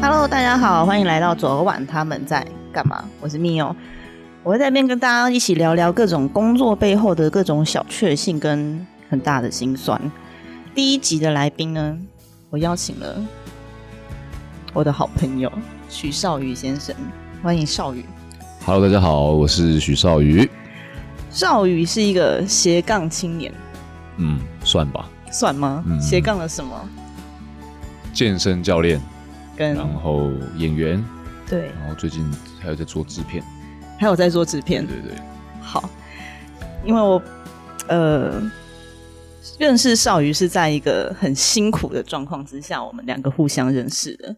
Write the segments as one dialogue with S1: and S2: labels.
S1: Hello，大家好，欢迎来到昨晚他们在干嘛？我是 Mio，我会在这边跟大家一起聊聊各种工作背后的各种小确幸跟很大的心酸。第一集的来宾呢，我邀请了我的好朋友许少宇先生，欢迎少宇。
S2: Hello，大家好，我是许少宇。
S1: 少宇是一个斜杠青年，
S2: 嗯，算吧，
S1: 算吗？
S2: 嗯
S1: 斜杠了什么？
S2: 健身教练，
S1: 跟
S2: 然后演员，
S1: 对，
S2: 然后最近还有在做制片。
S1: 还有在做制片
S2: 对。对对，
S1: 好，因为我呃认识少宇是在一个很辛苦的状况之下，我们两个互相认识的。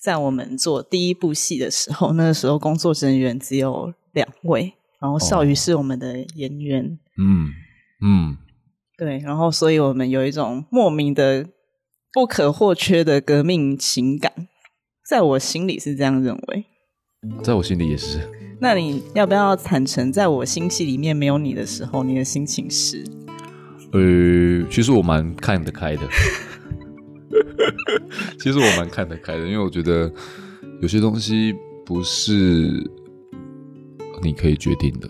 S1: 在我们做第一部戏的时候，那个时候工作人员只有两位，然后少宇
S2: 哦
S1: 是我们的演员，
S2: 嗯嗯，
S1: 对，然后所以我们有一种莫名的不可或缺的革命情感，在我心里是这样认为。
S2: 在我心里也是。
S1: 那你要不要坦诚，在我心系里面没有你的时候，你的心情是？
S2: 呃，其实我蛮看得开的。 其实我蛮看得开的，因为我觉得有些东西不是你可以决定的。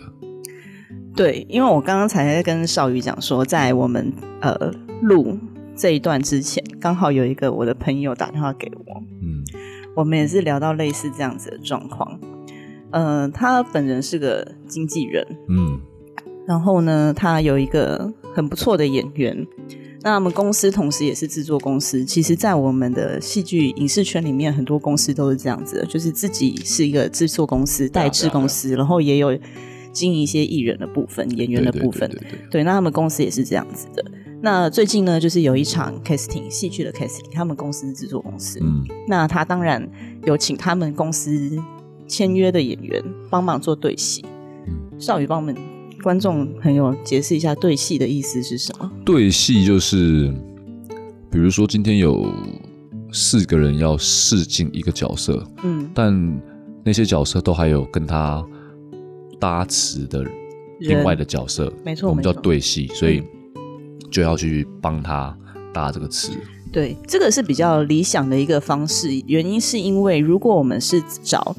S1: 对，因为我刚刚才在跟少宇讲说，在我们呃录这一段之前，刚好有一个我的朋友打电话给我，
S2: 嗯
S1: 我们也是聊到类似这样子的状况。呃，他本人是个经纪人，
S2: 嗯
S1: 然后呢，他有一个很不错的演员。那我们公司同时也是制作公司，其实，在我们的戏剧影视圈里面，很多公司都是这样子的，就是自己是一个制作公司、
S2: 啊
S1: 代制公司，然后也有经营一些艺人的部分、演员的部分。
S2: 对对对对对
S1: 对，那他们公司也是这样子的。那最近呢，就是有一场 casting 戏剧的 casting，他们公司是制作公司，
S2: 嗯
S1: 那他当然有请他们公司签约的演员帮忙做对戏。
S2: 嗯
S1: 少宇帮我们观众朋友解释一下对戏的意思是什么？
S2: 对戏就是，比如说今天有四个人要试镜一个角色，
S1: 嗯，
S2: 但那些角色都还有跟他搭词的另外的角色，
S1: 没错
S2: 我们叫
S1: 嗯没错
S2: 对戏，所以就要去帮他搭这个词。
S1: 对，这个是比较理想的一个方式。原因是因为如果我们是找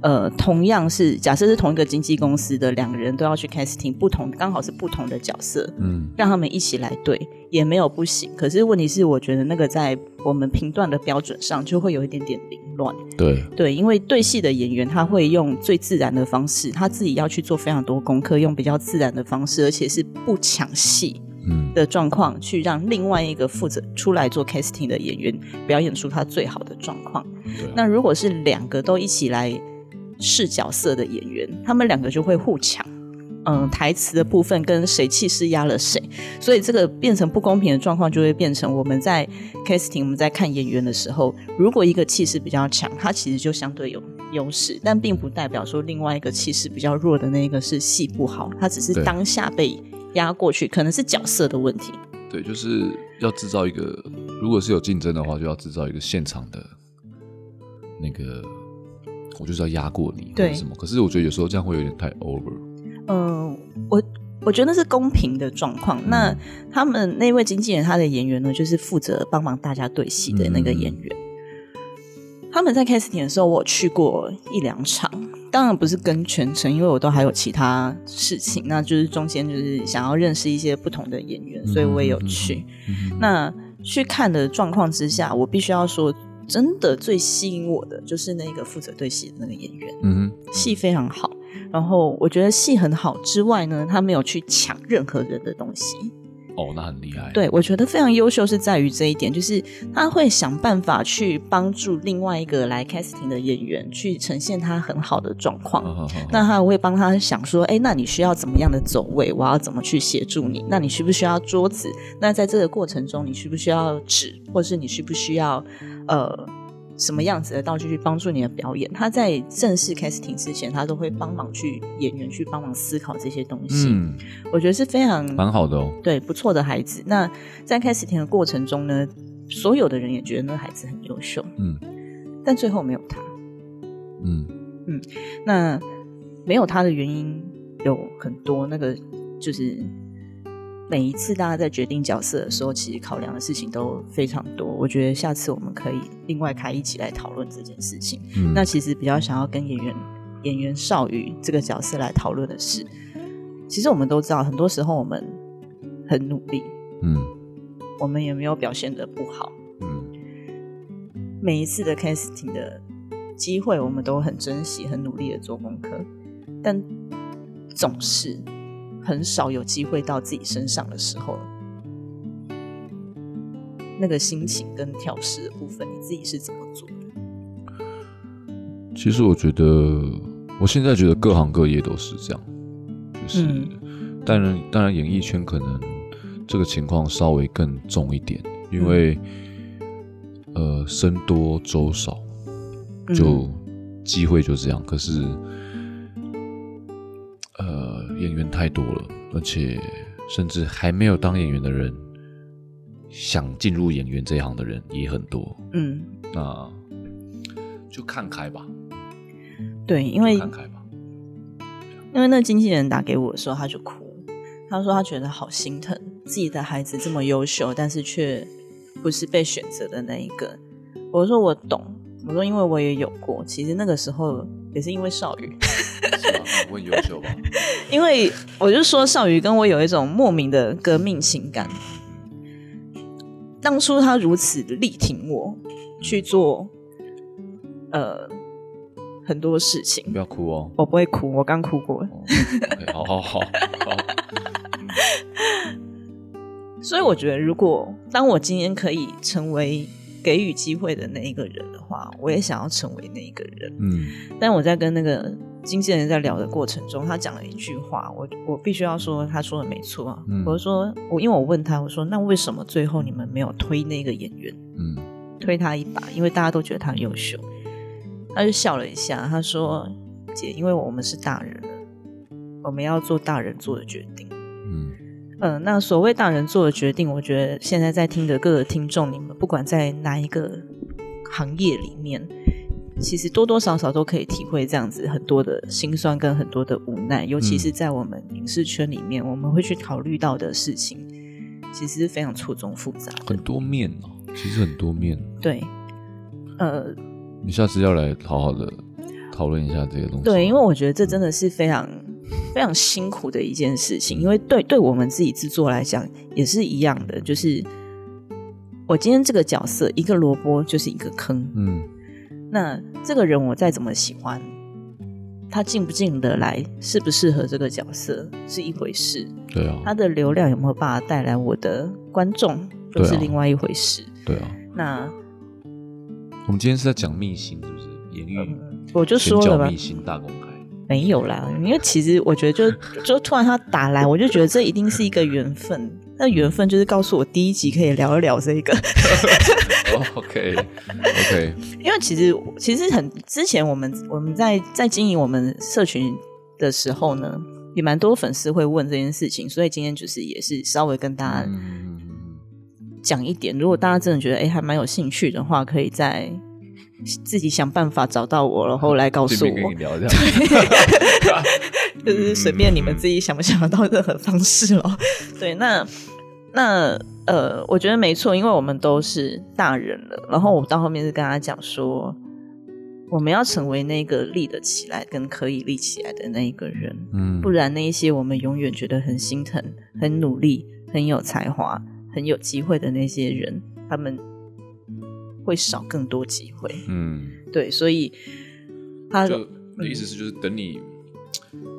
S1: 呃同样是假设是同一个经纪公司的两个人都要去 casting 不同，刚好是不同的角色，
S2: 嗯，
S1: 让他们一起来对也没有不行。可是问题是，我觉得那个在我们评断的标准上就会有一点点凌乱。
S2: 嗯对，
S1: 对，因为对戏的演员他会用最自然的方式，他自己要去做非常多功课，用比较自然的方式，而且是不抢戏
S2: 嗯，
S1: 的状况，去让另外一个负责出来做 casting 的演员表演出他最好的状况。
S2: 对啊
S1: 那如果是两个都一起来试角色的演员，他们两个就会互抢。嗯，台词的部分跟谁气势压了谁，所以这个变成不公平的状况，就会变成我们在 casting 我们在看演员的时候，如果一个气势比较强，他其实就相对有优势，但并不代表说另外一个气势比较弱的那一个是戏不好，他只是
S2: 对
S1: 当下被压过去，可能是角色的问题。
S2: 对，就是要制造一个，如果是有竞争的话，就要制造一个现场的那个。我就是要压过你，或
S1: 对
S2: 者什么？可是我觉得有时候这样会有点太 over。
S1: 嗯，我我觉得是公平的状况。那他们那位经纪人，他的演员呢，就是负责帮忙大家对戏的那个演员。
S2: 嗯
S1: 他们在 casting 的时候，我有去过一两场，当然不是跟全程，因为我都还有其他事情。那就是中间就是想要认识一些不同的演员，所以我也有去。
S2: 嗯
S1: 那去看的状况之下，我必须要说，真的最吸引我的就是那个负责对戏的那个演员。
S2: 嗯哼，
S1: 戏非常好，然后我觉得戏很好之外呢，他没有去抢任何人的东西。
S2: 哦，那很厉害。
S1: 对我觉得非常优秀是在于这一点，就是他会想办法去帮助另外一个来 casting 的演员去呈现他很好的状况。
S2: 嗯，
S1: 那他会帮他想说，哎，那你需要怎么样的走位？我要怎么去协助你？那你需不需要桌子？那在这个过程中，你需不需要纸，或是你需不需要呃什么样子的道具去帮助你的表演？他在正式 casting 之前，他都会帮忙去演员去帮忙思考这些东西。
S2: 嗯，
S1: 我觉得是非常
S2: 蛮好的哦。
S1: 对不错的孩子。那在 casting 的过程中呢，所有的人也觉得那个孩子很优秀，
S2: 嗯
S1: 但最后没有他。
S2: 嗯
S1: 那没有他的原因有很多，那个就是每一次大家在决定角色的时候，其实考量的事情都非常多。我觉得下次我们可以另外开一集来讨论这件事情。
S2: 嗯
S1: 那其实比较想要跟演员演员少宇这个角色来讨论的是，其实我们都知道，很多时候我们很努力，
S2: 嗯
S1: 我们也没有表现的不好。
S2: 嗯
S1: 每一次的 casting 的机会，我们都很珍惜，很努力的做功课，但总是很少有机会到自己身上的时候，那个心情跟调试的部分，你自己是怎么做的？
S2: 其实我觉得，我现在觉得各行各业都是这样，就是、当然当然演艺圈可能这个情况稍微更重一点，因为、呃僧多粥少，
S1: 嗯
S2: 就机会就这样。可是，呃，演员太多了，而且甚至还没有当演员的人，想进入演员这一行的人也很多。
S1: 嗯，
S2: 那就看开吧，
S1: 对，因为
S2: 看开吧。
S1: 因为那经纪人打给我的时候，他就哭，他说他觉得好心疼，自己的孩子这么优秀，但是却不是被选择的那一个。我说我懂，我说因为我也有过，其实那个时候也是因为少宇，
S2: 是吧我很优秀吧？
S1: 因为我就说少宇跟我有一种莫名的革命情感。当初他如此力挺我去做，呃，很多事情
S2: 不，要哭哦。
S1: 我不会哭，我刚哭过了。
S2: 哦 OK，好好好好，
S1: 所以我觉得，如果当我今天可以成为给予机会的那一个人的话，我也想要成为那一个人。
S2: 嗯
S1: 但我在跟那个经纪人在聊的过程中，他讲了一句话，我我必须要说，他说的没错啊。
S2: 嗯
S1: 我说，我因为我问他，我说，那为什么最后你们没有推那个演员，
S2: 嗯
S1: 推他一把？因为大家都觉得他很优秀。他就笑了一下，他说：“姐，因为我们是大人了，我们要做大人做的决定。”
S2: 嗯
S1: 嗯，那所谓大人做的决定，我觉得现在在听的各个听众，你们不管在哪一个行业里面，其实多多少少都可以体会这样子很多的辛酸跟很多的无奈，尤其是在我们影视圈里面，我们会去考虑到的事情，其实是非常错综复杂的
S2: 很。多面哦，其实很多面。
S1: 对，呃，
S2: 你下次要来好好的讨论一下这个东西。
S1: 对，因为我觉得这真的
S2: 嗯
S1: 是非常非常辛苦的一件事情，因为对对我们自己制作来讲也是一样的，就是我今天这个角色一个萝卜就是一个坑，
S2: 嗯
S1: 那这个人我再怎么喜欢，他进不进得来，适不适合这个角色是一回事，
S2: 对啊，
S1: 他的流量有没有办法带来我的观众，又是
S2: 对啊
S1: 另外一回事。
S2: 对啊。
S1: 那
S2: 我们今天是在讲秘辛，是不是？言语、
S1: 嗯我就说了吧
S2: 秘，辛大公开。
S1: 没有啦，因为其实我觉得就，就突然他打来，我就觉得这一定是一个缘分。那缘分就是告诉我第一集可以聊一聊这个，
S2: 哦 OK OK，
S1: 因为其实其实很之前我们我们在在经营我们社群的时候呢，也蛮多粉丝会问这件事情，所以今天就是也是稍微跟大家
S2: 嗯，
S1: 讲一点。如果大家真的觉得哎、诶还蛮有兴趣的话，可以再自己想办法找到我，然后来告诉
S2: 顺便跟
S1: 我
S2: 你。聊一下。
S1: 就是随便你们
S2: 嗯
S1: 自己想不想得到任何方式咯。 对，那那呃，我觉得没错，因为我们都是大人了。然后我到后面是跟他讲说，我们要成为那个立得起来跟可以立起来的那一个人，
S2: 嗯，
S1: 不然那一些我们永远觉得很心疼、很努力、很有才华、很有机会的那些人，他们会少更多机会。
S2: 嗯，
S1: 对，所以他
S2: 就的意思是，就是等你，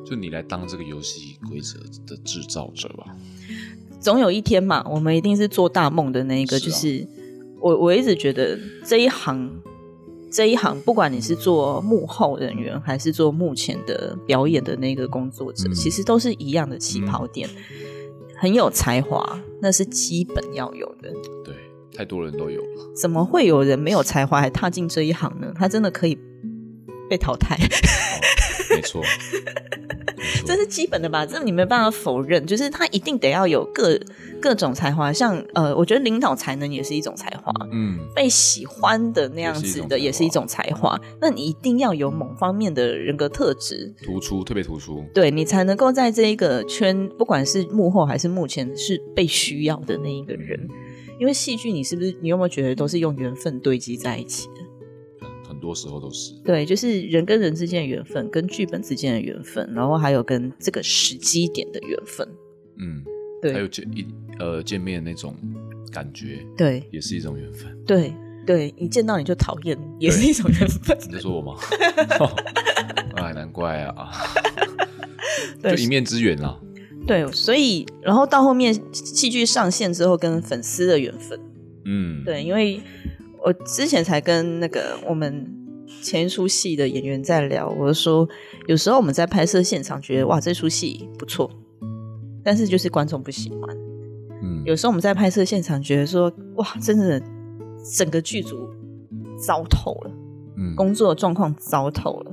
S2: 就你来当这个游戏规则的制造者吧。
S1: 总有一天嘛，我们一定是做大梦的那一个。
S2: 是啊
S1: 就是我我一直觉得这一行，这一行，不管你是做幕后人员，还是做幕前的表演的那个工作者，
S2: 嗯
S1: 其实都是一样的起跑点。很有才华，那是基本要有的。
S2: 对，太多人都有了。
S1: 怎么会有人没有才华还踏进这一 行呢？他真的可以被淘汰。
S2: 哦没错，没错错
S1: 这。是基本的吧？这你没办法否认，就是他一定得要有各各种才华，像呃，我觉得领导才能也是一种才华，
S2: 嗯，
S1: 被喜欢的那样子的也
S2: 也
S1: 是
S2: 是
S1: 一
S2: 一
S1: 种
S2: 种
S1: 才华。那你一定要有某方面的人格特质，
S2: 突出，特别突出。
S1: 对你才能够在这一个圈，不管是幕后还是幕前，是被需要的那一个人。因为戏剧，你是不是你有没有觉得都是用缘分堆积在一起的？
S2: 嗯很很多时候都是。
S1: 对，就是人跟人之间的缘分，跟剧本之间的缘分，然后还有跟这个时机点的缘分。
S2: 嗯，还有
S1: 对，
S2: 见一呃见面那种感觉，
S1: 对，
S2: 也是一种缘分。
S1: 对，对，一见到你就讨厌，也是一种缘分。
S2: 你在说 我吗？ 哎，难怪啊，
S1: 对
S2: 就一面之缘啊啦。
S1: 对，所以然后到后面戏剧上线之后，跟粉丝的缘分，
S2: 嗯，
S1: 对，因为我之前才跟那个我们前一出戏的演员在聊，我就说有时候我们在拍摄现场觉得哇这出戏不错，但是就是观众不喜欢；
S2: 嗯，
S1: 有时候我们在拍摄现场觉得说哇真的整个剧组糟透了，
S2: 嗯，
S1: 工作状况糟透了。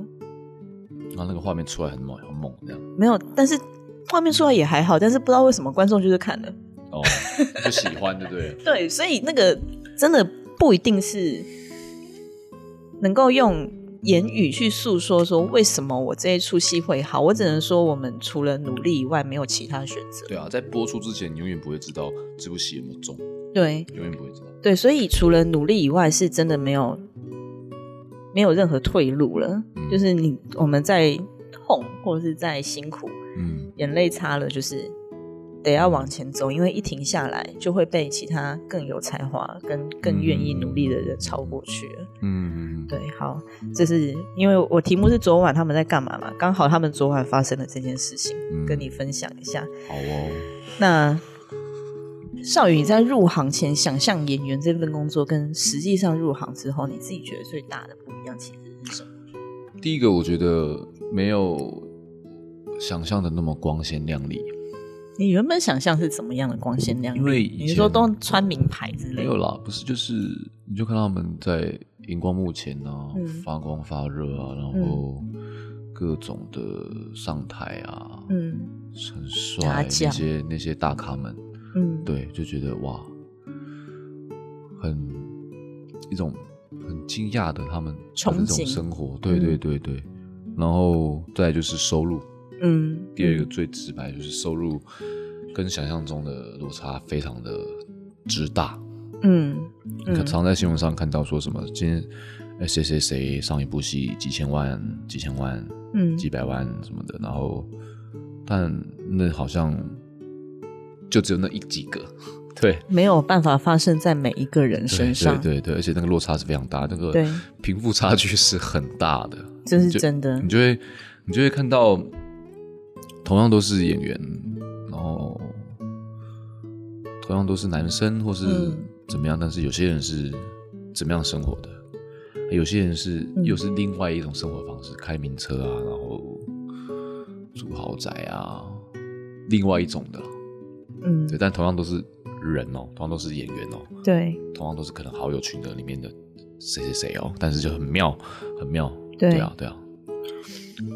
S2: 然后那个画面出来很猛，很猛这样。
S1: 没有，但是画面出来也还好，但是不知道为什么观众就是看了。
S2: 哦，就喜欢，对不对？
S1: 对，所以那个真的不一定是能够用言语去诉说说为什么我这一出戏会好，我只能说我们除了努力以外没有其他选择。
S2: 对啊，在播出之前，你永远不会知道这部戏有没有中，
S1: 对
S2: 永远不会知道。
S1: 对，所以除了努力以外，是真的没有没有任何退路了。
S2: 嗯
S1: 就是你我们在痛或者是在辛苦，
S2: 嗯，
S1: 眼泪擦了，就是得要往前走，因为一停下来就会被其他更有才华、跟更愿意努力的人超过去了。
S2: 嗯，
S1: 对，好，这是因为我题目是昨晚他们在干嘛嘛，刚好他们昨晚发生了这件事情，
S2: 嗯
S1: 跟你分享一下。
S2: 好哦。
S1: 那少宇，你在入行前想象演员这份工作，跟实际上入行之后，你自己觉得最大的不一样，其实是什么？
S2: 第一个，我觉得没有想象的那么光鲜亮丽，
S1: 你原本想象是怎么样的光鲜亮丽？
S2: 因为以
S1: 你是说
S2: 前
S1: 都穿名牌之类
S2: 没有
S1: 的，
S2: 啦，不是，就是你就看到他们在荧光幕前啊，
S1: 嗯
S2: 发光发热啊，然后各种的上台啊，
S1: 嗯。
S2: 很
S1: 拿
S2: 帅那
S1: 奖
S2: 些那些大咖们，
S1: 嗯，
S2: 对，就觉得哇，很一种很惊讶的他们
S1: 憧
S2: 的这种
S1: 憬
S2: 生活，对对对对，然后再来就是收入，
S1: 嗯，
S2: 第二个最直白就是收入跟想象中的落差非常的之大。
S1: 嗯，
S2: 你
S1: 嗯
S2: 看常在新闻上看到说什么今天呃谁谁谁上一部戏几千万、几千万、
S1: 嗯
S2: 几百万什么的，然后但那好像就只有那一几个， 对。
S1: 没有办法发生在每一个人身上，
S2: 对对对，而且那个落差是非常大，那个
S1: 对
S2: 贫富差距是很大的。
S1: 这是真的
S2: 你。就会你就会看到，同样都是演员，然后同样都是男生或是
S1: 嗯
S2: 怎么样，但是有些人是怎么样生活的，有些人是
S1: 嗯
S2: 又是另外一种生活方式，开名车啊，然后住豪宅啊，另外一种的啦。
S1: 嗯，
S2: 对，但同样都是人哦，同样都是演员哦，
S1: 对
S2: 同样都是可能好友群的里面的谁谁谁哦，但是就很妙，很妙。
S1: 对
S2: 对啊，对啊，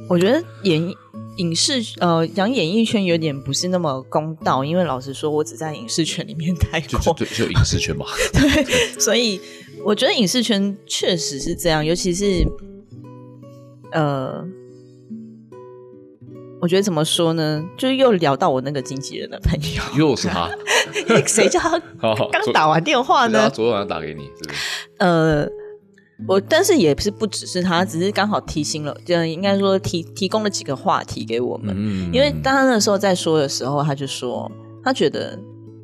S1: 我觉得演影视呃讲演艺圈有点不是那么公道，因为老实说，我只在影视圈里面待
S2: 就就
S1: 过，
S2: 就就影视圈吧。
S1: 所以我觉得影视圈确实是这样，尤其是呃。我觉得怎么说呢，就是又聊到我那个经纪人的朋友，
S2: 又是他，
S1: 因为谁叫他
S2: 好好
S1: 刚打完电话呢
S2: 他？昨晚上打给你，是不是？
S1: 呃，我但是也是不只是他，只是刚好提醒了，就应该说提提供了几个话题给我们。
S2: 嗯
S1: 因为当他那时候在说的时候，他就说他觉得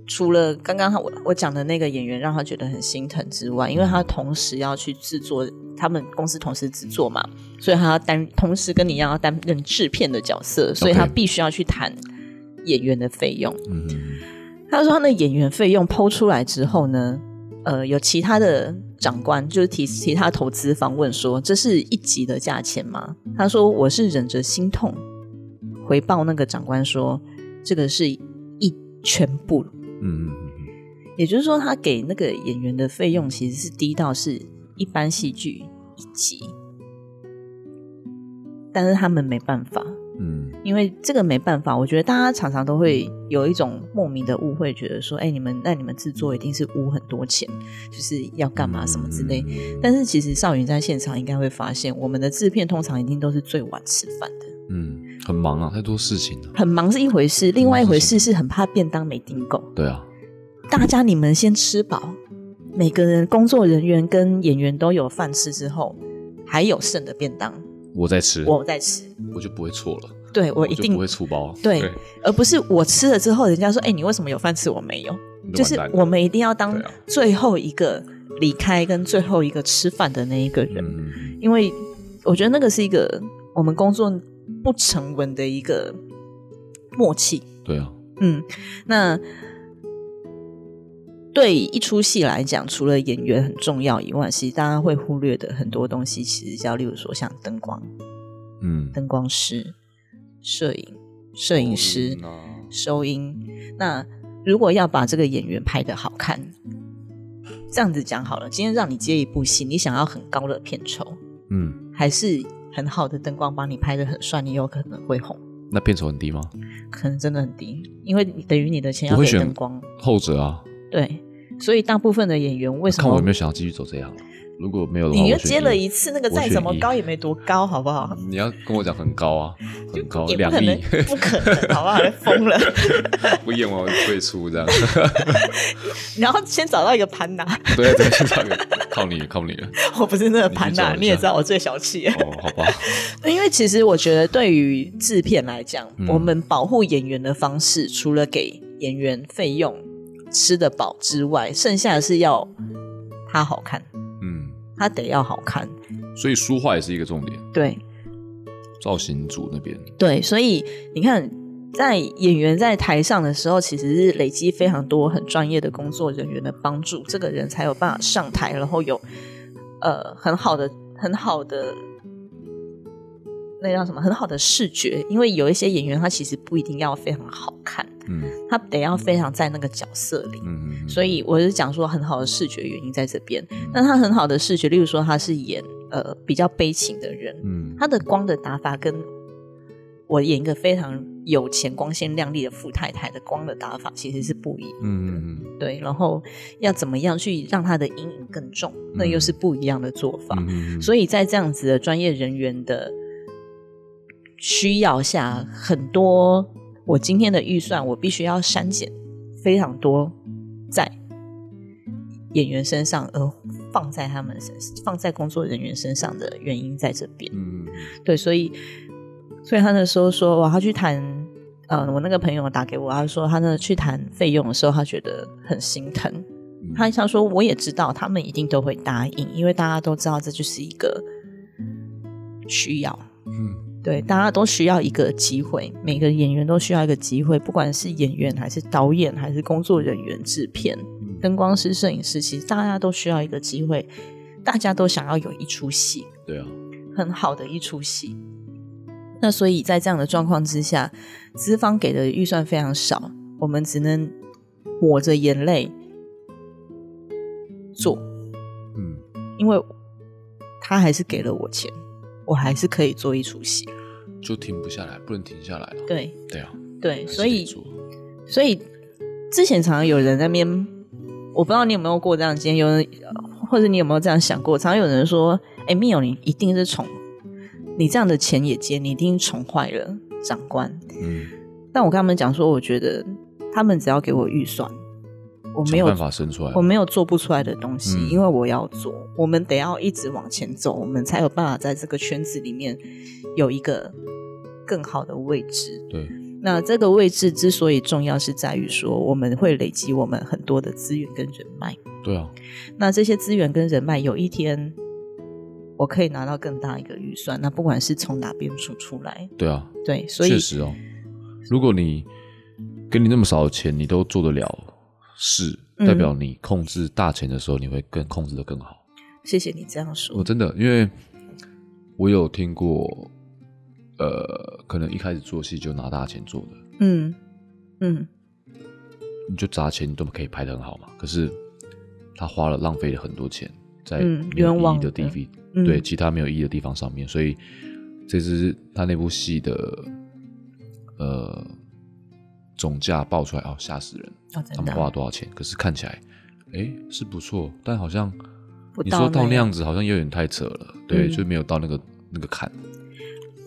S1: 除了刚刚他我我讲的那个演员让他觉得很心疼之外，因为
S2: 嗯
S1: 他同时要去制作，他们公司同时制作嘛，所以他要担同时跟你一样要担任制片的角色，所以他
S2: OK
S1: 必须要去谈演员的费用。
S2: 嗯
S1: 他说他的演员费用抛出来之后呢，呃，有其他的长官就是提其他投资方问说，这是一集的价钱吗？他说我是忍着心痛回报那个长官说，这个是一全部，
S2: 嗯嗯
S1: 也就是说他给那个演员的费用其实是低到是一般戏剧一集，但是他们没办法，
S2: 嗯嗯
S1: 因为这个没办法，我觉得大家常常都会有一种莫名的误会，觉得说，哎、你们那你们制作一定是污很多钱，就是要干嘛什么之类。
S2: 嗯
S1: 但是其实少云在现场应该会发现，我们的制片通常一定都是最晚吃饭的，
S2: 嗯，很忙啊，太多事情了。
S1: 很忙是一回事，另外一回事是很怕便当没订够。
S2: 对啊，
S1: 大家你们先吃饱，每个人工作人员跟演员都有饭吃之后，还有剩的便当
S2: 我在吃，
S1: 我再吃，
S2: 我就不会错了，
S1: 对我一
S2: 就
S1: 定
S2: 不会出包。
S1: 对而不是我吃了之后，人家说：“哎、你为什么有饭吃？我没有。”
S2: 你
S1: 就
S2: 就是完蛋了
S1: 我们一定要当
S2: 对啊
S1: 最后一个离开跟最后一个吃饭的那一个人，
S2: 嗯，
S1: 因为我觉得那个是一个我们工作不成文的一个默契。
S2: 对啊，
S1: 嗯，那对一出戏来讲，除了演员很重要以外，其实大家会忽略的很多东西，其实叫例如说像灯光、
S2: 嗯，
S1: 灯光师、摄影、摄影师、
S2: 嗯啊
S1: 收音。那如果要把这个演员拍的好看，这样子讲好了，今天让你接一部戏，你想要很高的片酬，
S2: 嗯，
S1: 还是很好的灯光帮你拍的很帅，你有可能会红，
S2: 那片酬很低吗？
S1: 可能真的很低，因为你等于你的钱要
S2: 我会
S1: 给
S2: 选
S1: 灯光，
S2: 后者啊，
S1: 对。所以大部分的演员为什
S2: 看我
S1: 么
S2: 有没有想要继续走这一行。如果没有的话，
S1: 你又
S2: 我选
S1: 接了
S2: 一
S1: 一次，那个
S2: 我
S1: 再
S2: 选
S1: 怎么
S2: 一
S1: 高也没多高，好不好？
S2: 你要跟我讲很高啊，很高，
S1: 也不
S2: 两
S1: 可能
S2: 亿，，
S1: 不可能， 好不好？疯了！
S2: 不演完我就退出这样。
S1: 你要先找到一个盘拿，
S2: 对对，现场靠你，靠你了。
S1: 我不是那个
S2: 你去
S1: 盘
S2: 找
S1: 拿，
S2: 一
S1: 你也
S2: 下
S1: 知道我最小气。
S2: 哦，好吧，
S1: 因为其实我觉得，对于制片来讲，
S2: 嗯
S1: 我们保护演员的方式，除了给演员费用吃得饱之外，剩下的是要他好看，
S2: 嗯，
S1: 他得要好看。
S2: 所以书画也是一个重点，
S1: 对
S2: 造型组那边，
S1: 对，所以你看，在演员在台上的时候，其实是累积非常多很专业的工作人员的帮助，这个人才有办法上台，然后有呃很好的很好的。那叫什么？很好的视觉，因为有一些演员他其实不一定要非常好看，
S2: 嗯
S1: 他得要非常在那个角色里。
S2: 嗯嗯，
S1: 所以我是讲说很好的视觉原因在这边。
S2: 嗯
S1: 那他很好的视觉，例如说他是演呃比较悲情的人，
S2: 嗯
S1: 他的光的打法跟我演一个非常有钱、光鲜亮丽的富太太的光的打法其实是不一样。
S2: 嗯嗯
S1: 对，然后要怎么样去让他的阴影更重，那又是不一样的做法。
S2: 嗯，
S1: 所以在这样子的专业人员的需要下，很多我今天的预算，我必须要删减非常多在演员身上，而放在他们身，放在工作人员身上的原因在这边。
S2: 嗯
S1: 对，所以，所以他那时候说，哇，他去谈，呃，我那个朋友打给我，他说他那去谈费用的时候，他觉得很心疼。
S2: 嗯
S1: 他想说，我也知道他们一定都会答应，因为大家都知道这就是一个需要，
S2: 嗯
S1: 对，大家都需要一个机会，每个演员都需要一个机会，不管是演员还是导演还是工作人员、制片、
S2: 嗯
S1: 灯光师、摄影师，其实大家都需要一个机会，大家都想要有一出戏，
S2: 对啊，
S1: 很好的一出戏。那所以在这样的状况之下，资方给的预算非常少，我们只能抹着眼泪做，
S2: 嗯，
S1: 因为他还是给了我钱，我还是可以做一出戏。
S2: 就停不下来，不能停下来了。
S1: 对
S2: 对啊，
S1: 对，
S2: 还是
S1: 所以
S2: 得做
S1: 所以之前常常有人在那边，我不知道你有没有过这样的经验，有人呃或者你有没有这样想过？常常有人说：“哎、m i o 你一定是宠，你这样的钱也接，你一定宠坏了长官。
S2: 嗯，”
S1: 但我跟他们讲说，我觉得他们只要给我预算，我没
S2: 想
S1: 有
S2: 办。法生出来啊
S1: 我。没有做不出来的东西，
S2: 嗯
S1: 因为我要做，我们得要一直往前走，我们才有办法在这个圈子里面有一个更好的位置。
S2: 对，
S1: 那这个位置之所以重要，是在于说我们会累积我们很多的资源跟人脉。
S2: 对啊，
S1: 那这些资源跟人脉，有一天我可以拿到更大一个预算，那不管是从哪边出出来，
S2: 对啊，
S1: 对，所以
S2: 确实哦。如果你跟你那么少的钱，你都做得了事，
S1: 嗯
S2: 代表你控制大钱的时候，你会更控制的更好。
S1: 谢谢你这样说
S2: 我。真的，因为我有听过，呃，可能一开始做戏就拿大钱做的，
S1: 嗯嗯，
S2: 你就砸钱，你都可以拍的很好嘛。可是他花了浪费了很多钱在
S1: 嗯
S2: 没有
S1: 冤
S2: 意
S1: 枉
S2: 义
S1: 的
S2: 的地方，
S1: 嗯
S2: 对其他没有意义的地方上面，所以这是他那部戏的呃总价报出来哦，吓死人！
S1: 哦，真
S2: 他们
S1: 的
S2: 花了
S1: 啊
S2: 多少钱？可是看起来，哎，是不错，但好像
S1: 不
S2: 你说
S1: 到
S2: 到
S1: 那
S2: 那
S1: 样
S2: 样子，好像有点太扯了。对，
S1: 嗯
S2: 就没有到那个那个坎。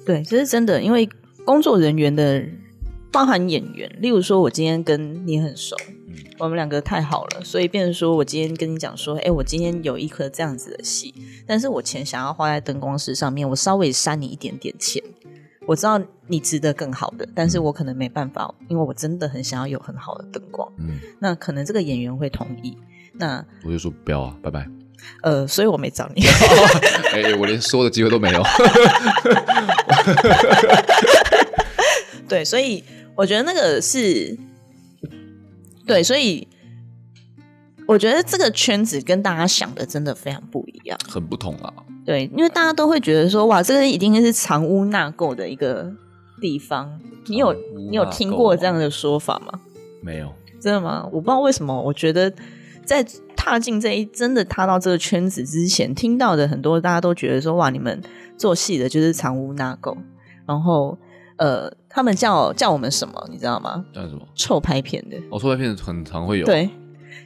S1: 对，这是真的，因为工作人员的包含演员，例如说我今天跟你很熟，我们两个太好了，所以变成说我今天跟你讲说，哎，我今天有一颗这样子的戏，但是我钱想要花在灯光师上面，我稍微删你一点点钱。我知道你值得更好的，但是我可能没办法，因为我真的很想要有很好的灯光。
S2: 嗯，
S1: 那可能这个演员会同意，那
S2: 我就说不要啊，拜拜。
S1: 呃，所以我没找你。
S2: 哎、我连说的机会都没有。
S1: 对，所以我觉得那个是，对，所以我觉得这个圈子跟大家想的真的非常不一样。
S2: 很不同啦。
S1: 对，因为大家都会觉得说，哇，这个一定是藏污纳垢的一个地方。你有
S2: 藏污
S1: 你有
S2: 纳
S1: 听
S2: 垢
S1: 过
S2: 啊
S1: 这样的说法吗？
S2: 没有，
S1: 真的吗？我不知道为什么，我觉得在踏进这一真的踏到这个圈子之前，听到的很多大家都觉得说，哇，你们做戏的就是藏污纳垢，然后呃，他们叫叫我们什么，你知道吗？
S2: 那是什么？
S1: 臭拍片的，
S2: 哦，说拍片很常会有，，
S1: 对。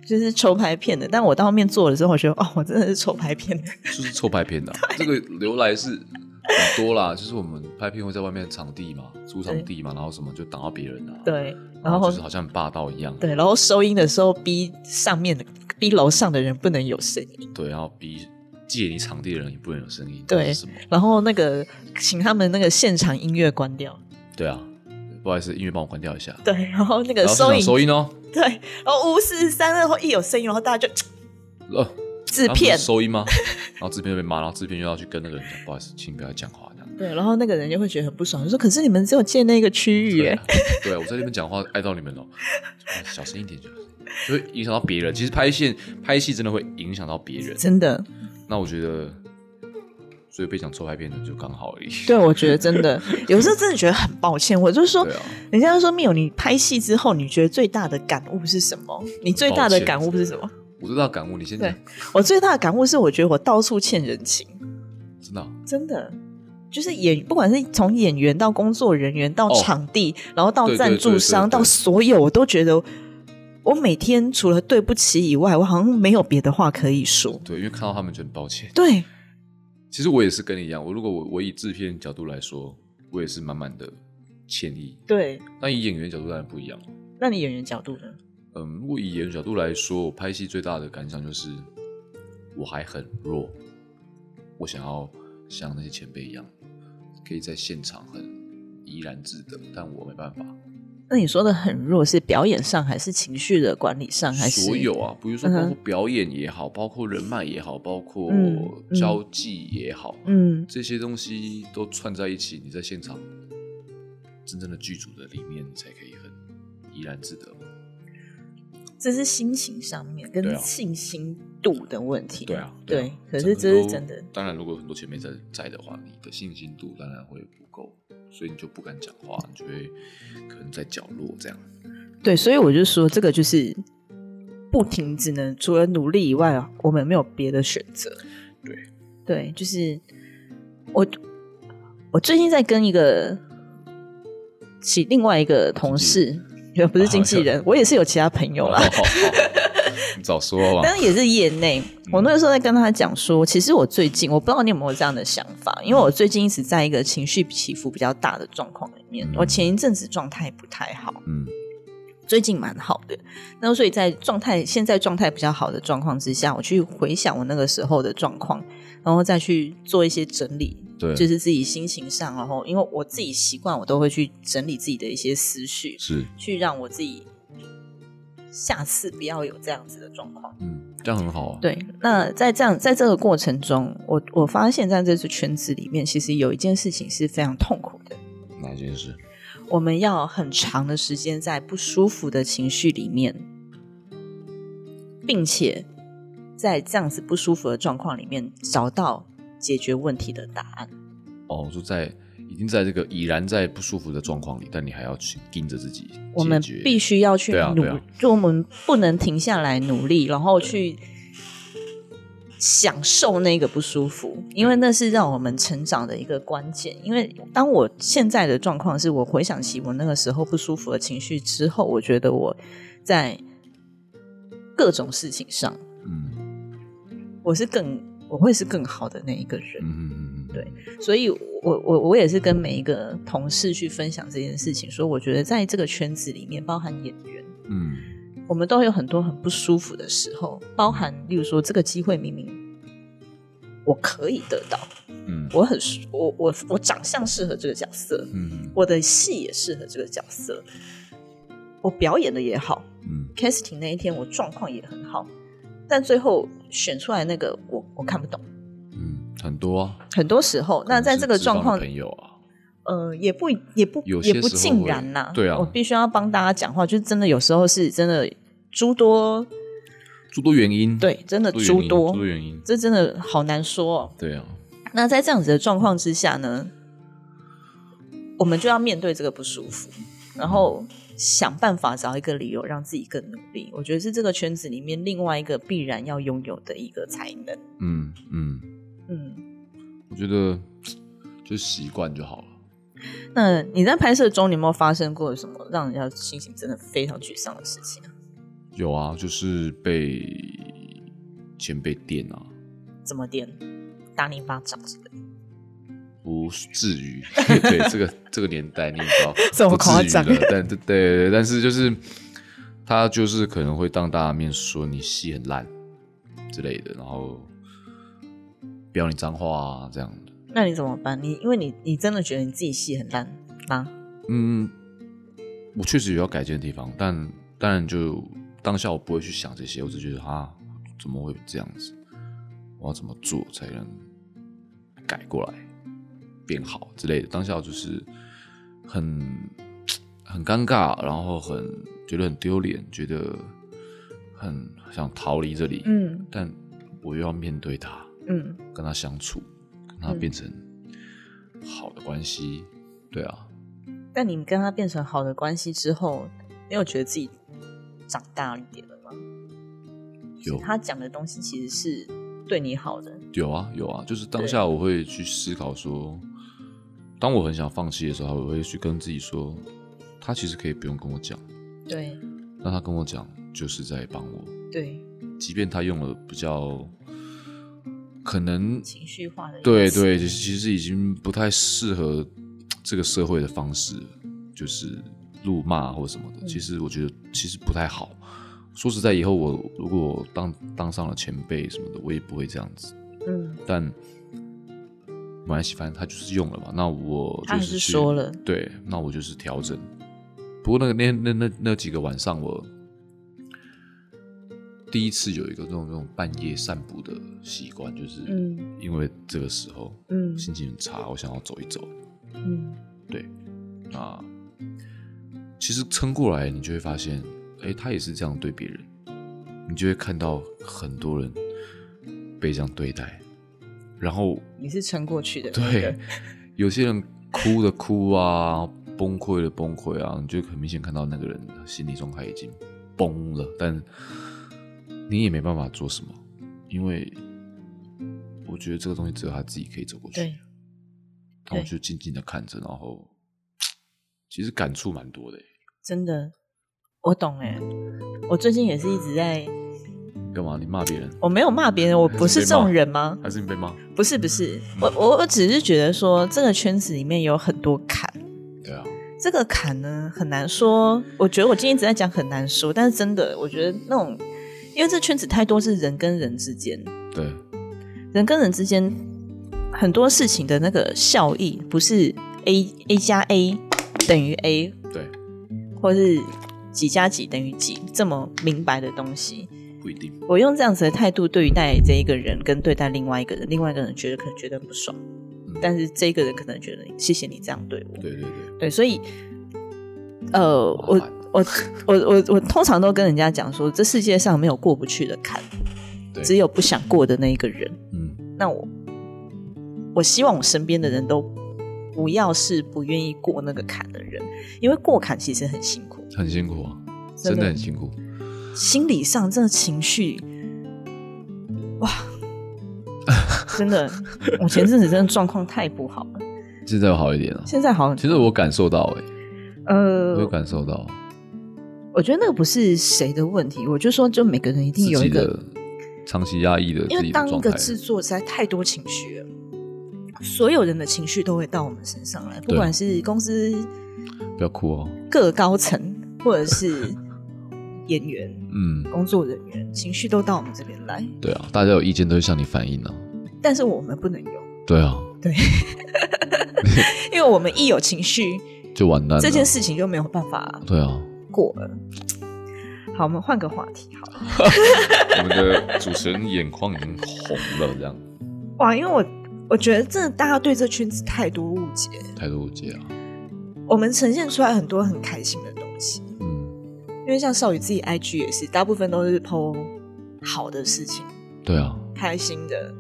S1: 就是臭拍片的，但我到后面做了之后，我觉得哦，我真的是臭拍片的。
S2: 就是臭拍片的、啊 这个由来是很多啦，就是我们拍片会在外面场地嘛，租场地嘛，然后什么就挡到别人啊，，
S1: 对，然
S2: 然
S1: 后
S2: 后就是好像很霸道一样，
S1: 对，然后收音的时候逼上面的逼楼上的人不能有声音，
S2: 对，然后逼借你场地的人也不能有声音，
S1: 对
S2: 这是什么？
S1: 然后那个请他们那个现场音乐关掉。
S2: 对啊，不好意思，音乐帮我关掉一下，
S1: 对，然后那个
S2: 然后现
S1: 收
S2: 场
S1: 音
S2: 收音哦，
S1: 对，然后五四三二后一有声音，然后大家就
S2: 呃，
S1: 制
S2: 他们
S1: 片
S2: 是，收音吗？ 然后制片就被骂，然后制片又要去跟那个人讲，不好意思，请不要讲话这样。
S1: 对，然后那个人就会觉得很不爽，就说：“可是你们只有借那个区域，
S2: 对
S1: 哎
S2: 啊， 对啊，我在那边讲话碍到你们了，小声一点就好，就会影响到别人。其实拍戏拍戏真的会影响到别人。
S1: 真的，
S2: 那我觉得，所以被讲臭拍片的就刚好而已。
S1: 对我觉得真 的，有时候真的觉得很抱歉。我就说，嗯
S2: 对啊，
S1: 人家就说缪，你拍戏之后，你觉得最大的感悟是什么？你最大的
S2: 抱歉
S1: 感悟是什么？
S2: 我知道感悟，你现在
S1: 对我最大的感悟是，我觉得我到处欠人情，
S2: 真的啊
S1: 真的。”就是演，不管是从演员到工作人员，到
S2: 哦
S1: 场地，然后到
S2: 对对
S1: 赞助
S2: 对对
S1: 商，
S2: 对
S1: 到所有，我都觉得我每天除了对不起以外，我好像没有别的话可以说。
S2: 对，因为看到他们就很抱歉。
S1: 对，
S2: 其实我也是跟你一样，我如果我我以制片角度来说，我也是满满的歉意。
S1: 对，
S2: 但以演员角度当然不一样。
S1: 那你演员角度呢？
S2: 嗯，如果以演员角度来说，我拍戏最大的感想就是我还很弱，我想要像那些前辈一样，可以在现场很怡然自得，但我没办法。
S1: 那你说的很弱，是表演上还是情绪的管理上，还是
S2: 所有啊，比如说包
S1: 嗯
S2: 括表演也好，包括人脉也好，包括
S1: 嗯嗯
S2: 交际也好，
S1: 嗯
S2: 这些东西都串在一起，你在现场真正的剧组的里面，你才可以很怡然自得。
S1: 这是心情上面
S2: 对
S1: 跟
S2: 啊
S1: 信心度的问题。
S2: 对啊，
S1: 对
S2: 啊。
S1: 可是这是真的
S2: 很多。当然，如果有很多前辈在在的话，你的信心度当然会不够，所以你就不敢讲话，你就会可能在角落这样。
S1: 对，所以我就说这个就是不停，只能除了努力以外啊，我们没有别的选择。
S2: 对，
S1: 对，就是我我最近在跟一个其另外一个同事，也不是经纪人，我也是有其他朋友啦，
S2: 啊哦好，好 好你早说嘛
S1: 但。是也是业内。
S2: 嗯
S1: 我那个时候在跟他讲说，其实我最近我不知道你有没有这样的想法，因为
S2: 嗯
S1: 我最近一直在一个情绪起伏比较大的状况里面
S2: 嗯。
S1: 我前一阵子状态不太好，
S2: 嗯，
S1: 最近蛮好的。那所以在状态现在状态比较好的状况之下，我去回想我那个时候的状况，然后再去做一些整理，
S2: 对，
S1: 就是是自己心情上，然后因为我自己习惯，我都会去整理自己的一些思绪，去让我自己下次不要有这样子的状况。
S2: 嗯，这样很好啊。，
S1: 对，那在这样在这个过程中，我我发现在这次圈子里面，其实有一件事情是非常痛苦的，
S2: 哪件事？
S1: 我们要很长的时间在不舒服的情绪里面，并且在这样子不舒服的状况里面找到解决问题的答案。
S2: 哦，我说在已经在这个已然在不舒服的状况里，但你还要去盯着自己，
S1: 我们必。须要去
S2: 对啊
S1: 努，
S2: 对啊
S1: 就我们不能停下来努力，然后去享受那个不舒服，因为那是让我们成长的一个关键。因为当我现在的状况是我回想起我那个时候不舒服的情绪之后，我觉得我在各种事情上，
S2: 嗯
S1: 我是更我会是更好的那一个人。
S2: 嗯嗯嗯，
S1: 对，所以我，我我也是跟每一个同事去分享这件事情，说我觉得在这个圈子里面，包含演员，
S2: 嗯
S1: 我们都有很多很不舒服的时候，包含例如说这个机会明明我可以得到，
S2: 嗯
S1: 我很我我我长相适合这个角色，
S2: 嗯
S1: 我的戏也适合这个角色，我表演的也好
S2: 嗯
S1: ，casting 那一天我状况也很好，但最后选出来那个我我看不懂。
S2: 嗯，很多啊。
S1: 很多时候，那在这个状况
S2: 可能是脂肪的朋友啊，
S1: 呃，也不也不
S2: 有些
S1: 也不
S2: 时候
S1: 尽
S2: 会
S1: 然呐、
S2: 对啊
S1: 我必须要帮大家讲话，就是真的有时候是真的诸多，
S2: 诸多原因，
S1: 对，真的
S2: 诸
S1: 诸
S2: 原因
S1: 多
S2: 诸，多原因，
S1: 这真的好难说、哦。
S2: 对啊，
S1: 那在这样子的状况之下呢，我们就要面对这个不舒服，然后想办法找一个理由让自己更努力。我觉得是这个圈子里面另外一个必然要拥有的一个才能。
S2: 嗯嗯，
S1: 嗯，
S2: 我觉得就习惯就好了。
S1: 那你在拍摄中，你有没有发生过什么让人家心情真的非常沮丧的事情啊？
S2: 有啊，就是被前辈电啊，
S1: 怎么点打你一巴掌之类的？
S2: 不至于。 对，这个这个年代你也知道，
S1: 这么
S2: 不至于
S1: 夸张
S2: 的但对对，但是就是他就是可能会当大家面说你戏很烂之类的，然后飙你脏话啊这样的。
S1: 那你怎么办？你因为你你真的觉得你自己戏很烂吗？
S2: 嗯，我确实有要改进的地方，但当然就当下我不会去想这些，我只觉得啊，怎么会这样子？我要怎么做才能改过来、变好之类的？当下我就是很很尴尬，然后很觉得很丢脸，觉得很想逃离这里，
S1: 嗯
S2: 但我又要面对它。
S1: 嗯
S2: 跟他相处，跟他
S1: 嗯
S2: 变成好的关系，对啊，
S1: 但你跟他变成好的关系之后，你有觉得自己长大一点了吗？
S2: 有
S1: 他讲的东西其实是对你好的，
S2: 有啊，有啊，就是当
S1: 对
S2: 下我会去思考说，当我很想放弃的时候，我会去跟自己说，他其实可以不用跟我讲，
S1: 对
S2: 那他跟我讲就是在帮我，
S1: 对，
S2: 即便他用了比较可能
S1: 情绪化的
S2: 对
S1: 言辞，
S2: 对，其实其实已经不太适合这个社会的方式，就是辱骂或什么的。
S1: 嗯
S2: 其实我觉得其实不太好。说实在，以后我如果我当当上了前辈什么的，我也不会这样子。
S1: 嗯，
S2: 但没关系，反正他就是用了嘛。那我
S1: 他
S2: 就
S1: 还是
S2: 去
S1: 说了，
S2: 对，那我就是调整。不过那个那那那那几个晚上，我第一次有一个那种那种半夜散步的习惯，就是
S1: 嗯
S2: 因为这个时候
S1: 嗯
S2: 心情很差，我想要走一走。
S1: 嗯
S2: 对，那其实撑过来，你就会发现，哎，他也是这样对别人，你就会看到很多人被这样对待，然后
S1: 你是撑过去的，
S2: 对，，有些人哭的哭啊，崩溃的崩溃啊，你就很明显看到那个人心理状态已经崩了，但你也没办法做什么，因为我觉得这个东西只有他自己可以走过去
S1: 对。
S2: 但我
S1: 对
S2: 就静静的看着，然后其实感触蛮多的欸。
S1: 真的，我懂哎、我最近也是一直在，
S2: 干嘛？你骂别人，
S1: 我没有骂别人，我不是这种
S2: 被骂嗯
S1: 人吗？
S2: 还是你被骂？
S1: 不是不是，我我我只是觉得说，这个圈子里面有很多坎，
S2: 对啊，
S1: 这个坎呢很难说。我觉得我今天一直在讲很难说，但是真的，我觉得那种，因为这圈子太多是人跟人之间，
S2: 对，
S1: 人跟人之间很多事情的那个效益不是 A A 加 A 等于 A，
S2: 对，
S1: 或是几加几等于几这么明白的东西。
S2: 不一定。
S1: 我用这样子的态度对待这一个人，跟对待另外一个人，另外一个人觉得可能觉得很不爽，但是这个人可能觉得谢谢你这样对我，
S2: 嗯对对对，
S1: 对所以，呃，
S2: 麻
S1: 我
S2: 烦
S1: 我我我我通常都跟人家讲说，这世界上没有过不去的坎，
S2: 对，
S1: 只有不想过的那一个人。
S2: 嗯
S1: 那我我希望我身边的人都不要是不愿意过那个坎的人，因为过坎其实很辛苦，
S2: 很辛苦啊，
S1: 真的
S2: 真的很辛苦。
S1: 心理上真的情绪，哇，真的，我前阵子真的状况太不好了，
S2: 现在有好一点了、啊
S1: 现在好，
S2: 其实我感受到、欸，我有
S1: 呃，
S2: 感受到
S1: 我觉得那个不是谁的问题，我就说，就每个人一
S2: 自
S1: 定有一
S2: 己
S1: 个
S2: 的长期压抑的
S1: 因
S2: 自
S1: 为
S2: 己
S1: 当
S2: 的
S1: 一
S2: 状
S1: 个
S2: 态。
S1: 制作实在太多情绪了，所有人的情绪都会到我们身上来，不
S2: 对
S1: 管是公司
S2: 不要哭哦，
S1: 各高层，或者是演员、
S2: 嗯，
S1: 工作人员，情绪都到我们这边来，
S2: 对啊，大家有意见都会向你反映啊。
S1: 但是我们不能有，
S2: 对啊，
S1: 因为我们一有情绪，
S2: 就完蛋了。
S1: 这件事情就没有办法
S2: 对啊，
S1: 过了。好，我们换个话题好了。
S2: 我们的主持人眼眶已经红了，这样
S1: 哇，因为我我觉得真的大家对这圈子太多误解，
S2: 太多误解啊。
S1: 我们呈现出来很多很开心的东西，
S2: 嗯，
S1: 因为像少宇自己 IG 也是，大部分都是 PO 好的事情，
S2: 对啊，
S1: 开心的。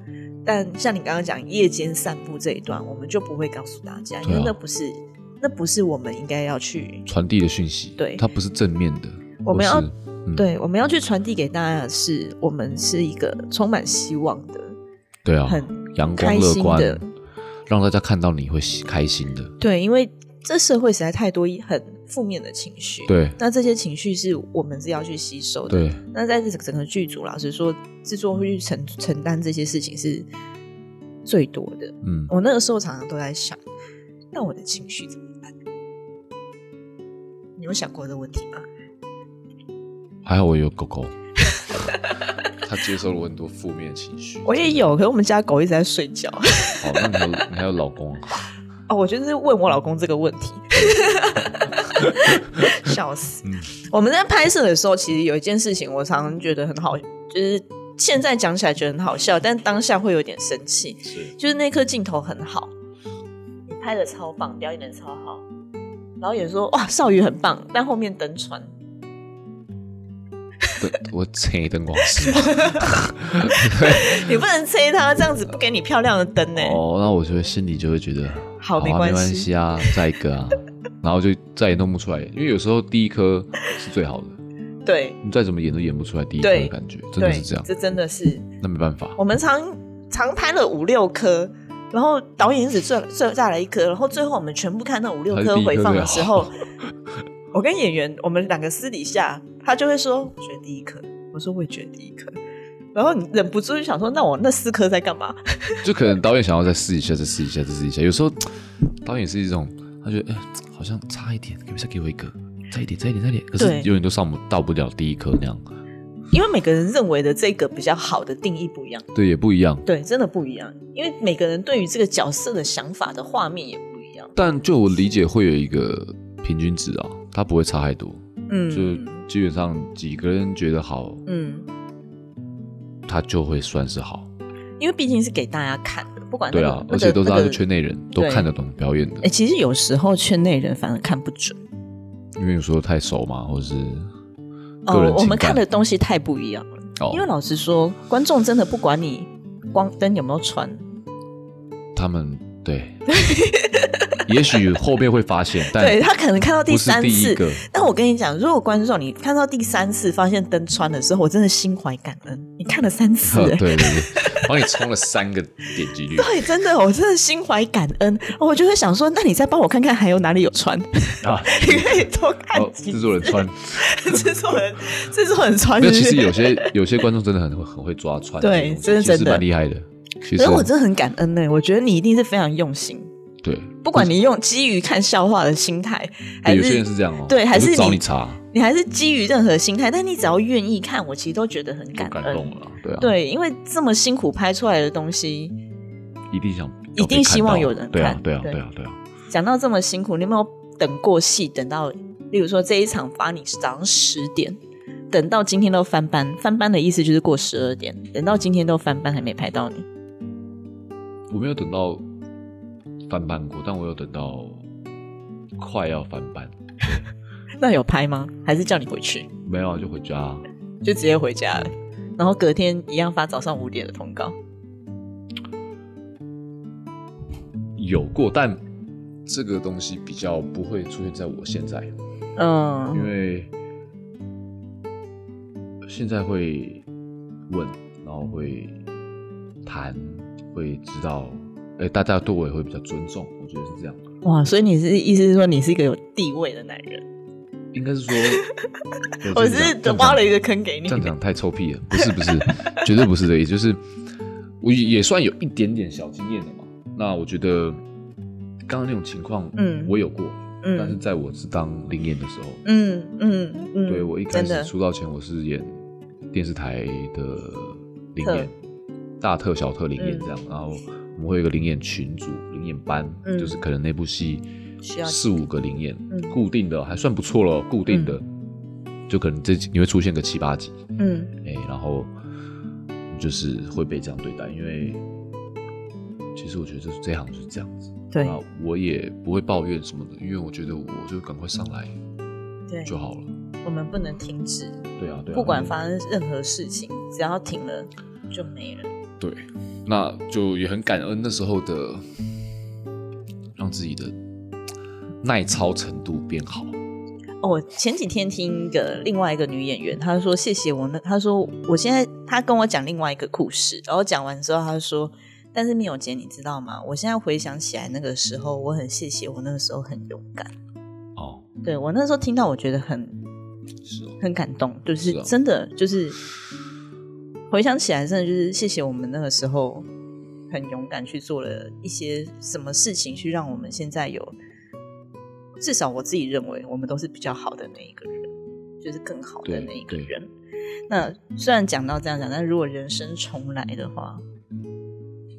S1: 但像你刚刚讲夜间散步这一段，我们就不会告诉大家，因
S2: 对
S1: 为
S2: 啊
S1: 那不是那不是我们应该要去
S2: 传递的讯息，
S1: 对
S2: 它不是正面的。
S1: 我们要
S2: 或是嗯
S1: 对我们要去传递给大家的是，我们是一个充满希望的，
S2: 对啊，
S1: 很
S2: 阳光
S1: 开
S2: 乐
S1: 心
S2: 观
S1: 的，
S2: 让大家看到你会喜开心的。
S1: 对，因为这社会实在太多很负面的情绪，，
S2: 对
S1: 那这些情绪是我们是要去吸收的，
S2: 对，
S1: 那在这整个剧组，老实说，制作会去承承担这些事情是最多的。
S2: 嗯，
S1: 我那个时候常常都在想，那我的情绪怎么办？你有想过这个问题吗？
S2: 还好我有狗 狗，它接受了我很多负面情绪。
S1: 我也有，可是我们家狗一直在睡觉。
S2: 好，那你还有你还有老公啊？
S1: 哦，我就是问我老公这个问题，, 笑死！
S2: 嗯
S1: 我们在拍摄的时候，其实有一件事情，我常常觉得很好，就是现在讲起来觉得很好笑，但当下会有点生气。
S2: 是，
S1: 就是那颗镜头很好，你拍的超棒，表演的超好，导演说哇少宇很棒，但后面登船，
S2: 对，我请灯光师。
S1: 你不能催他这样子不给你漂亮的灯呢、
S2: 哦，那我就会心里就会觉得，
S1: 好
S2: 啊
S1: 没
S2: 没
S1: 关
S2: 关
S1: 系
S2: 系啊，再一 个啊，然后就再也弄不出来，因为有时候第一颗是最好的，
S1: 对
S2: 你再怎么演都演不出来第一颗
S1: 对
S2: 的感觉，真的
S1: 对
S2: 是这样，
S1: 这真的是
S2: 那没办法，
S1: 我们常常拍了五六颗。然后导演只最最再来一颗，然后最后我们全部看到五六
S2: 还是
S1: 颗
S2: 第一颗
S1: 回放的时
S2: 最好
S1: 候， 我跟演员我们两个私底下，他就会说我觉得第一颗，我说我也觉得第一颗，然后你忍不住就想说，那我那四颗在干嘛？
S2: 就可能导演想要再试一下，再试一下，再试一下，有时候导演是一种，他觉得哎、好像差一点，可不可以再给我一个，再一点，再一点，再一点，可是
S1: 对
S2: 永远都上不到不了第一颗那样，
S1: 因为每个人认为的这个比较好的定义不一样，
S2: 对，也不一样。
S1: 对，真的不一样。因为每个人对于这个角色的想法的画面也不一样。
S2: 但就我理解，会有一个平均值啊，它不会差太多，就
S1: 嗯
S2: 基本上几个人觉得好，
S1: 嗯，
S2: 他就会算是好。
S1: 因为毕竟是给大家看的，不管那
S2: 对
S1: 个、
S2: 啊，
S1: 那个、
S2: 而且都是他
S1: 那
S2: 的
S1: 个
S2: 圈内人，都
S1: 对
S2: 看得懂表演的
S1: 哎、，其实有时候圈内人反而看不准，
S2: 因为有时候太熟嘛，或者是个
S1: 哦
S2: 人，
S1: 我
S2: 情
S1: 们看
S2: 感
S1: 的。东西太不一样了。
S2: 哦
S1: 因为老实说，观众真的不管你光灯有没有穿，
S2: 他们对， 也许后面会发现，但
S1: 对他可能看到第
S2: 不是
S1: 三
S2: 第一
S1: 次。
S2: 个，
S1: 但我跟你讲，如果观众你看到第三次发现灯穿的时候，我真的心怀感恩。你看了三次、
S2: 呵
S1: 哎
S2: 对对对，帮你冲了三个点击率，
S1: 对，真的，我真的心怀感恩，我就会想说，那你再帮我看看还有哪里有穿，
S2: 啊，
S1: 你可以多看
S2: 哦，
S1: 几
S2: 制作 人穿，
S1: 次，制作人，制作人穿
S2: 没
S1: 是
S2: 有，
S1: 不是
S2: 其实有些有些观众真的很会很会抓穿这
S1: 对
S2: 种东西，
S1: 真的
S2: 其实
S1: 真的
S2: 蛮厉害的。其
S1: 可
S2: 实
S1: 是我真的很感恩呢、我觉得你一定是非常用心，
S2: 对，
S1: 不管你用基于看笑话的心态，还
S2: 对有些人
S1: 是
S2: 是这样哦，
S1: 对还
S2: 我就是找
S1: 你
S2: 你查，
S1: 你还是基于任何心态，但你只要愿意看，我其实都觉得很
S2: 就
S1: 感
S2: 感
S1: 恩。
S2: 动了，对啊，，
S1: 嗯对，因为这么辛苦拍出来的东西，
S2: 一定想，
S1: 一定希望有人
S2: 对啊
S1: 看，
S2: 对啊，
S1: 对
S2: 对啊，对啊，
S1: 讲到这么辛苦，你有没有等过戏？等到，例如说这一场发你早上十点，等到今天都翻班，翻班的意思就是过十二点，等到今天都翻班还没拍到你。
S2: 我没有等到翻班过，但我有等到快要翻班，
S1: 那有拍吗？还是叫你回去，
S2: 没有啊就回家，
S1: 就直接回家了？然后隔天一样发早上五点的通告。
S2: 有过，但这个东西比较不会出现在我现在，因
S1: 嗯，
S2: 为现在会问，然后会谈，会知道，哎、大家对我也会比较尊重，我觉得是这样。
S1: 哇，所以你是意思是说你是一个有地位的男人？，
S2: 应该是说
S1: 我是挖了一个坑给你
S2: 这样讲太臭屁了，不是不 是，绝对不是这个意思，就是我也算有一点点小经验的嘛。那我觉得刚刚那种情况，
S1: 嗯
S2: 我有过，
S1: 嗯
S2: 但是在我是当灵演的时候，
S1: 嗯嗯嗯，
S2: 对我一开
S1: 真
S2: 始
S1: 的
S2: 出道前我是演电视台的灵
S1: 特
S2: 演，大特小特灵演
S1: 嗯
S2: 这样，然后我们会有一个灵演群组、灵演班，
S1: 嗯
S2: 就是可能那部戏
S1: 需要
S2: 四五个灵演，
S1: 嗯
S2: 固定的还算不错了，固定的、就可能这你会出现个七八集，
S1: 嗯
S2: 哎、然后就是会被这样对待，因为其实我觉得这这一行就是这样子。
S1: 对
S2: 那我也不会抱怨什么的，因为我觉得我就赶快上来
S1: 对，
S2: 就好了。
S1: 我们不能停止，
S2: 对啊，对啊。
S1: 不管
S2: 那
S1: 发生任何事情，只要停了就没了。
S2: 对，嗯那就也很感恩那时候的，让自己的耐操程度变好。
S1: 哦，我前几天听一个另外一个女演员，她说谢谢我那，她说我现在她跟我讲另外一个故事，然后讲完之后她说，但是缪姐你知道吗？我现在回想起来那个时候，我很谢谢我那个时候很勇敢。
S2: 哦，
S1: 对我那时候听到，我觉得很
S2: 是哦，
S1: 很感动，就是
S2: 是啊
S1: 真的就是回想起来，真的就是谢谢我们那个时候很勇敢去做了一些什么事情，去让我们现在有至少我自己认为我们都是比较好的那一个人，就是更好的
S2: 对
S1: 那一个
S2: 对
S1: 人。那虽然讲到这样讲，但如果人生重来的话，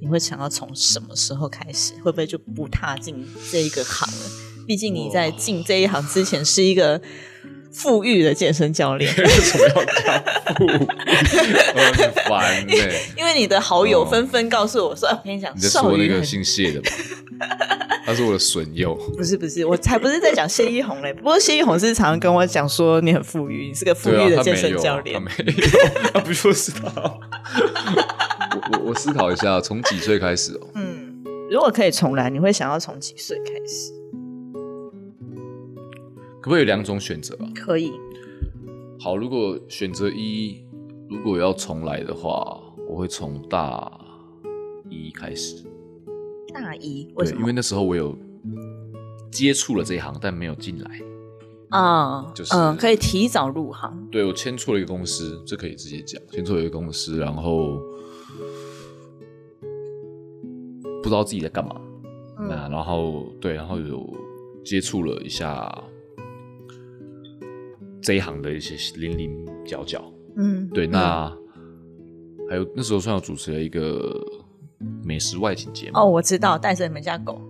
S1: 你会想要从什么时候开始？会不会就不踏进这一个行了？毕竟你在进这一行之前是一个富裕的健身教 练，
S2: 为什么要讲 富？我很烦呢、
S1: 因为你的好友
S2: 哦
S1: 纷纷告诉我说：“哎我跟你讲，
S2: 你在
S1: 少
S2: 说那
S1: 宇
S2: 个
S1: 很
S2: 姓谢的吧？他是我的损友。
S1: 不是不是，我才不是在讲谢依红嘞。不过谢依红是常常跟我讲说你很富裕，你是个富
S2: 对
S1: 裕
S2: 啊，
S1: 的
S2: 他
S1: 健
S2: 没
S1: 身
S2: 有，
S1: 教练
S2: 他。没有，他不就是他？我 我我思考一下，从几岁开始哦？
S1: 嗯，如果可以重来，你会想要从几岁开始？
S2: 可不可以有两种选择啊？
S1: 可以，
S2: 好，如果选择一，如果要重来的话，我会从大一开始。
S1: 大一为
S2: 对
S1: 什，么？
S2: 因为那时候我有接触了这一行，但没有进来。
S1: 啊，
S2: 就是
S1: 嗯，可以提早入行。
S2: 对我签错了一个公司，这可以直接讲，签错了一个公司，然后不知道自己在干嘛。那
S1: 嗯
S2: 然后对，然后有接触了一下这一行的一些零零角角。
S1: 嗯，
S2: 对，那、还有那时候算有主持了一个美食外景节目
S1: 哦，，我知道，带着你们家狗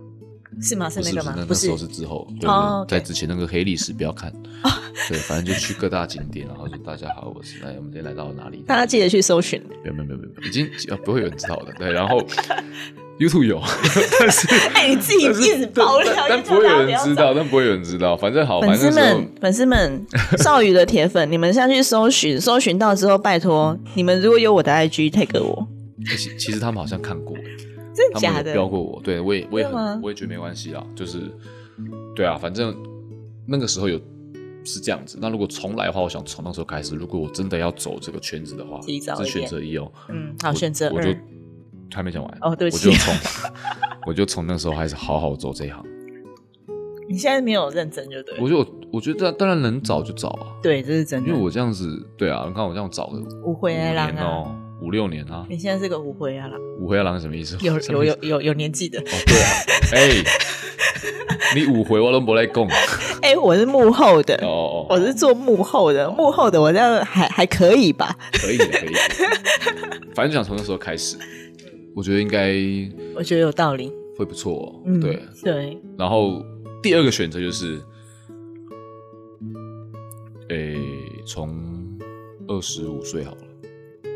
S1: 是吗？是
S2: 不
S1: 那
S2: 是
S1: 个
S2: 不是
S1: 吗
S2: 那？
S1: 不
S2: 那
S1: 是
S2: 时候是之后，对
S1: 哦
S2: 对，在
S1: ，OK
S2: 之前那个黑历史不 要看。对，反正就去各大景点，然后就大家好，我是来，我们今天来到哪里？
S1: 大家记得去搜 寻。
S2: 没有没有没有没有，已经呃不会有人知道的。 对，然后 YouTube 有，但是
S1: 哎，你自己
S2: 但是
S1: 一直爆料，
S2: 但但
S1: 一直
S2: 不会
S1: 大家
S2: 有
S1: 不
S2: 人
S1: 要
S2: 知
S1: 找
S2: 道，但不会有人知道。反正好，
S1: 粉
S2: 哦反
S1: 丝
S2: 正那时候
S1: 们，粉丝 们，少宇的铁粉，你们下去搜寻，搜寻到之后，拜托你们如果有我的 IG tag 我，
S2: 欸其其实他们好像看过，
S1: 真的
S2: 他
S1: 假
S2: 们有
S1: 的？
S2: 标过我，对我也我也
S1: 真的吗
S2: 很我也觉得没关系啦，就是对啊，反正那个时候有是这样子。那如果重来的话，我想从那时候开始，如果我真的要走这个圈子的话，
S1: 提早一
S2: 是选
S1: 点
S2: 择一哦，
S1: 嗯，好，
S2: 我
S1: 选择
S2: 我就
S1: 二。
S2: 还没讲完
S1: 哦对不起
S2: 我就从 我就从那时候开始好好走这一行。
S1: 你现在没有认真就对嗯了，
S2: 我就我觉得当然能找就找啊，
S1: 对，这是真的。
S2: 因为我这样子，对啊，你看我这样找了
S1: 五
S2: 五
S1: 回来郎啊，
S2: 年哦，五六年啊，
S1: 你现在是个五回来郎，
S2: 五回郎是什么意思？
S1: 有
S2: 什
S1: 有
S2: 么意
S1: 有
S2: 思
S1: 有有年纪的。
S2: 哦，对啊，哎、你五回我都不来供，哦
S1: 哎，我是幕后的，
S2: 哦，
S1: 我是做幕后的，幕后的我这样还还可以吧？
S2: 可以的，可以的，反正想从那时候开始，我觉得应该
S1: 我觉得有道理。
S2: 会不错、哦，
S1: 嗯，
S2: 对。
S1: 对，
S2: 然后第二个选择就是，诶、从二十五岁好了，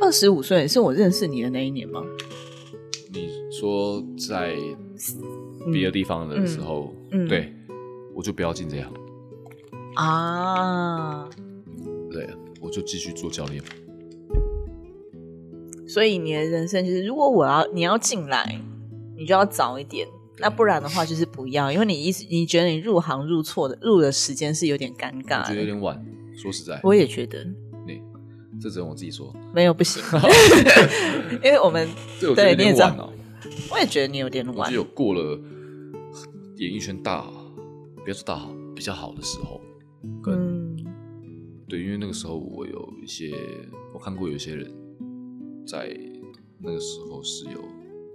S1: 二十五岁是我认识你的那一年吗？
S2: 你说在
S1: 嗯
S2: 别的地方的时候，
S1: 嗯嗯
S2: 对我就不要进这行，
S1: 啊，
S2: 对我就继续做教练。
S1: 所以你的人生就是，如果我要你要进来，你就要早一点，那不然的话就是不要，因为你一直你觉得你入行入错的入的时间是有点尴
S2: 我
S1: 尬
S2: 觉得有
S1: 的。
S2: 点晚，说实在，
S1: 我也觉得，
S2: 你这只能我自己 说。
S1: 没有不 行，因为我们
S2: 这我觉得
S1: 对
S2: 有
S1: 你也
S2: 点
S1: 知道
S2: 晚了、哦
S1: 我也觉得你有点
S2: 我
S1: 晚
S2: 只，有过了演艺圈大，不要说大好，比较好的时候，跟、
S1: 嗯
S2: 对，因为那个时候我有一些，我看过有些人在那个时候是有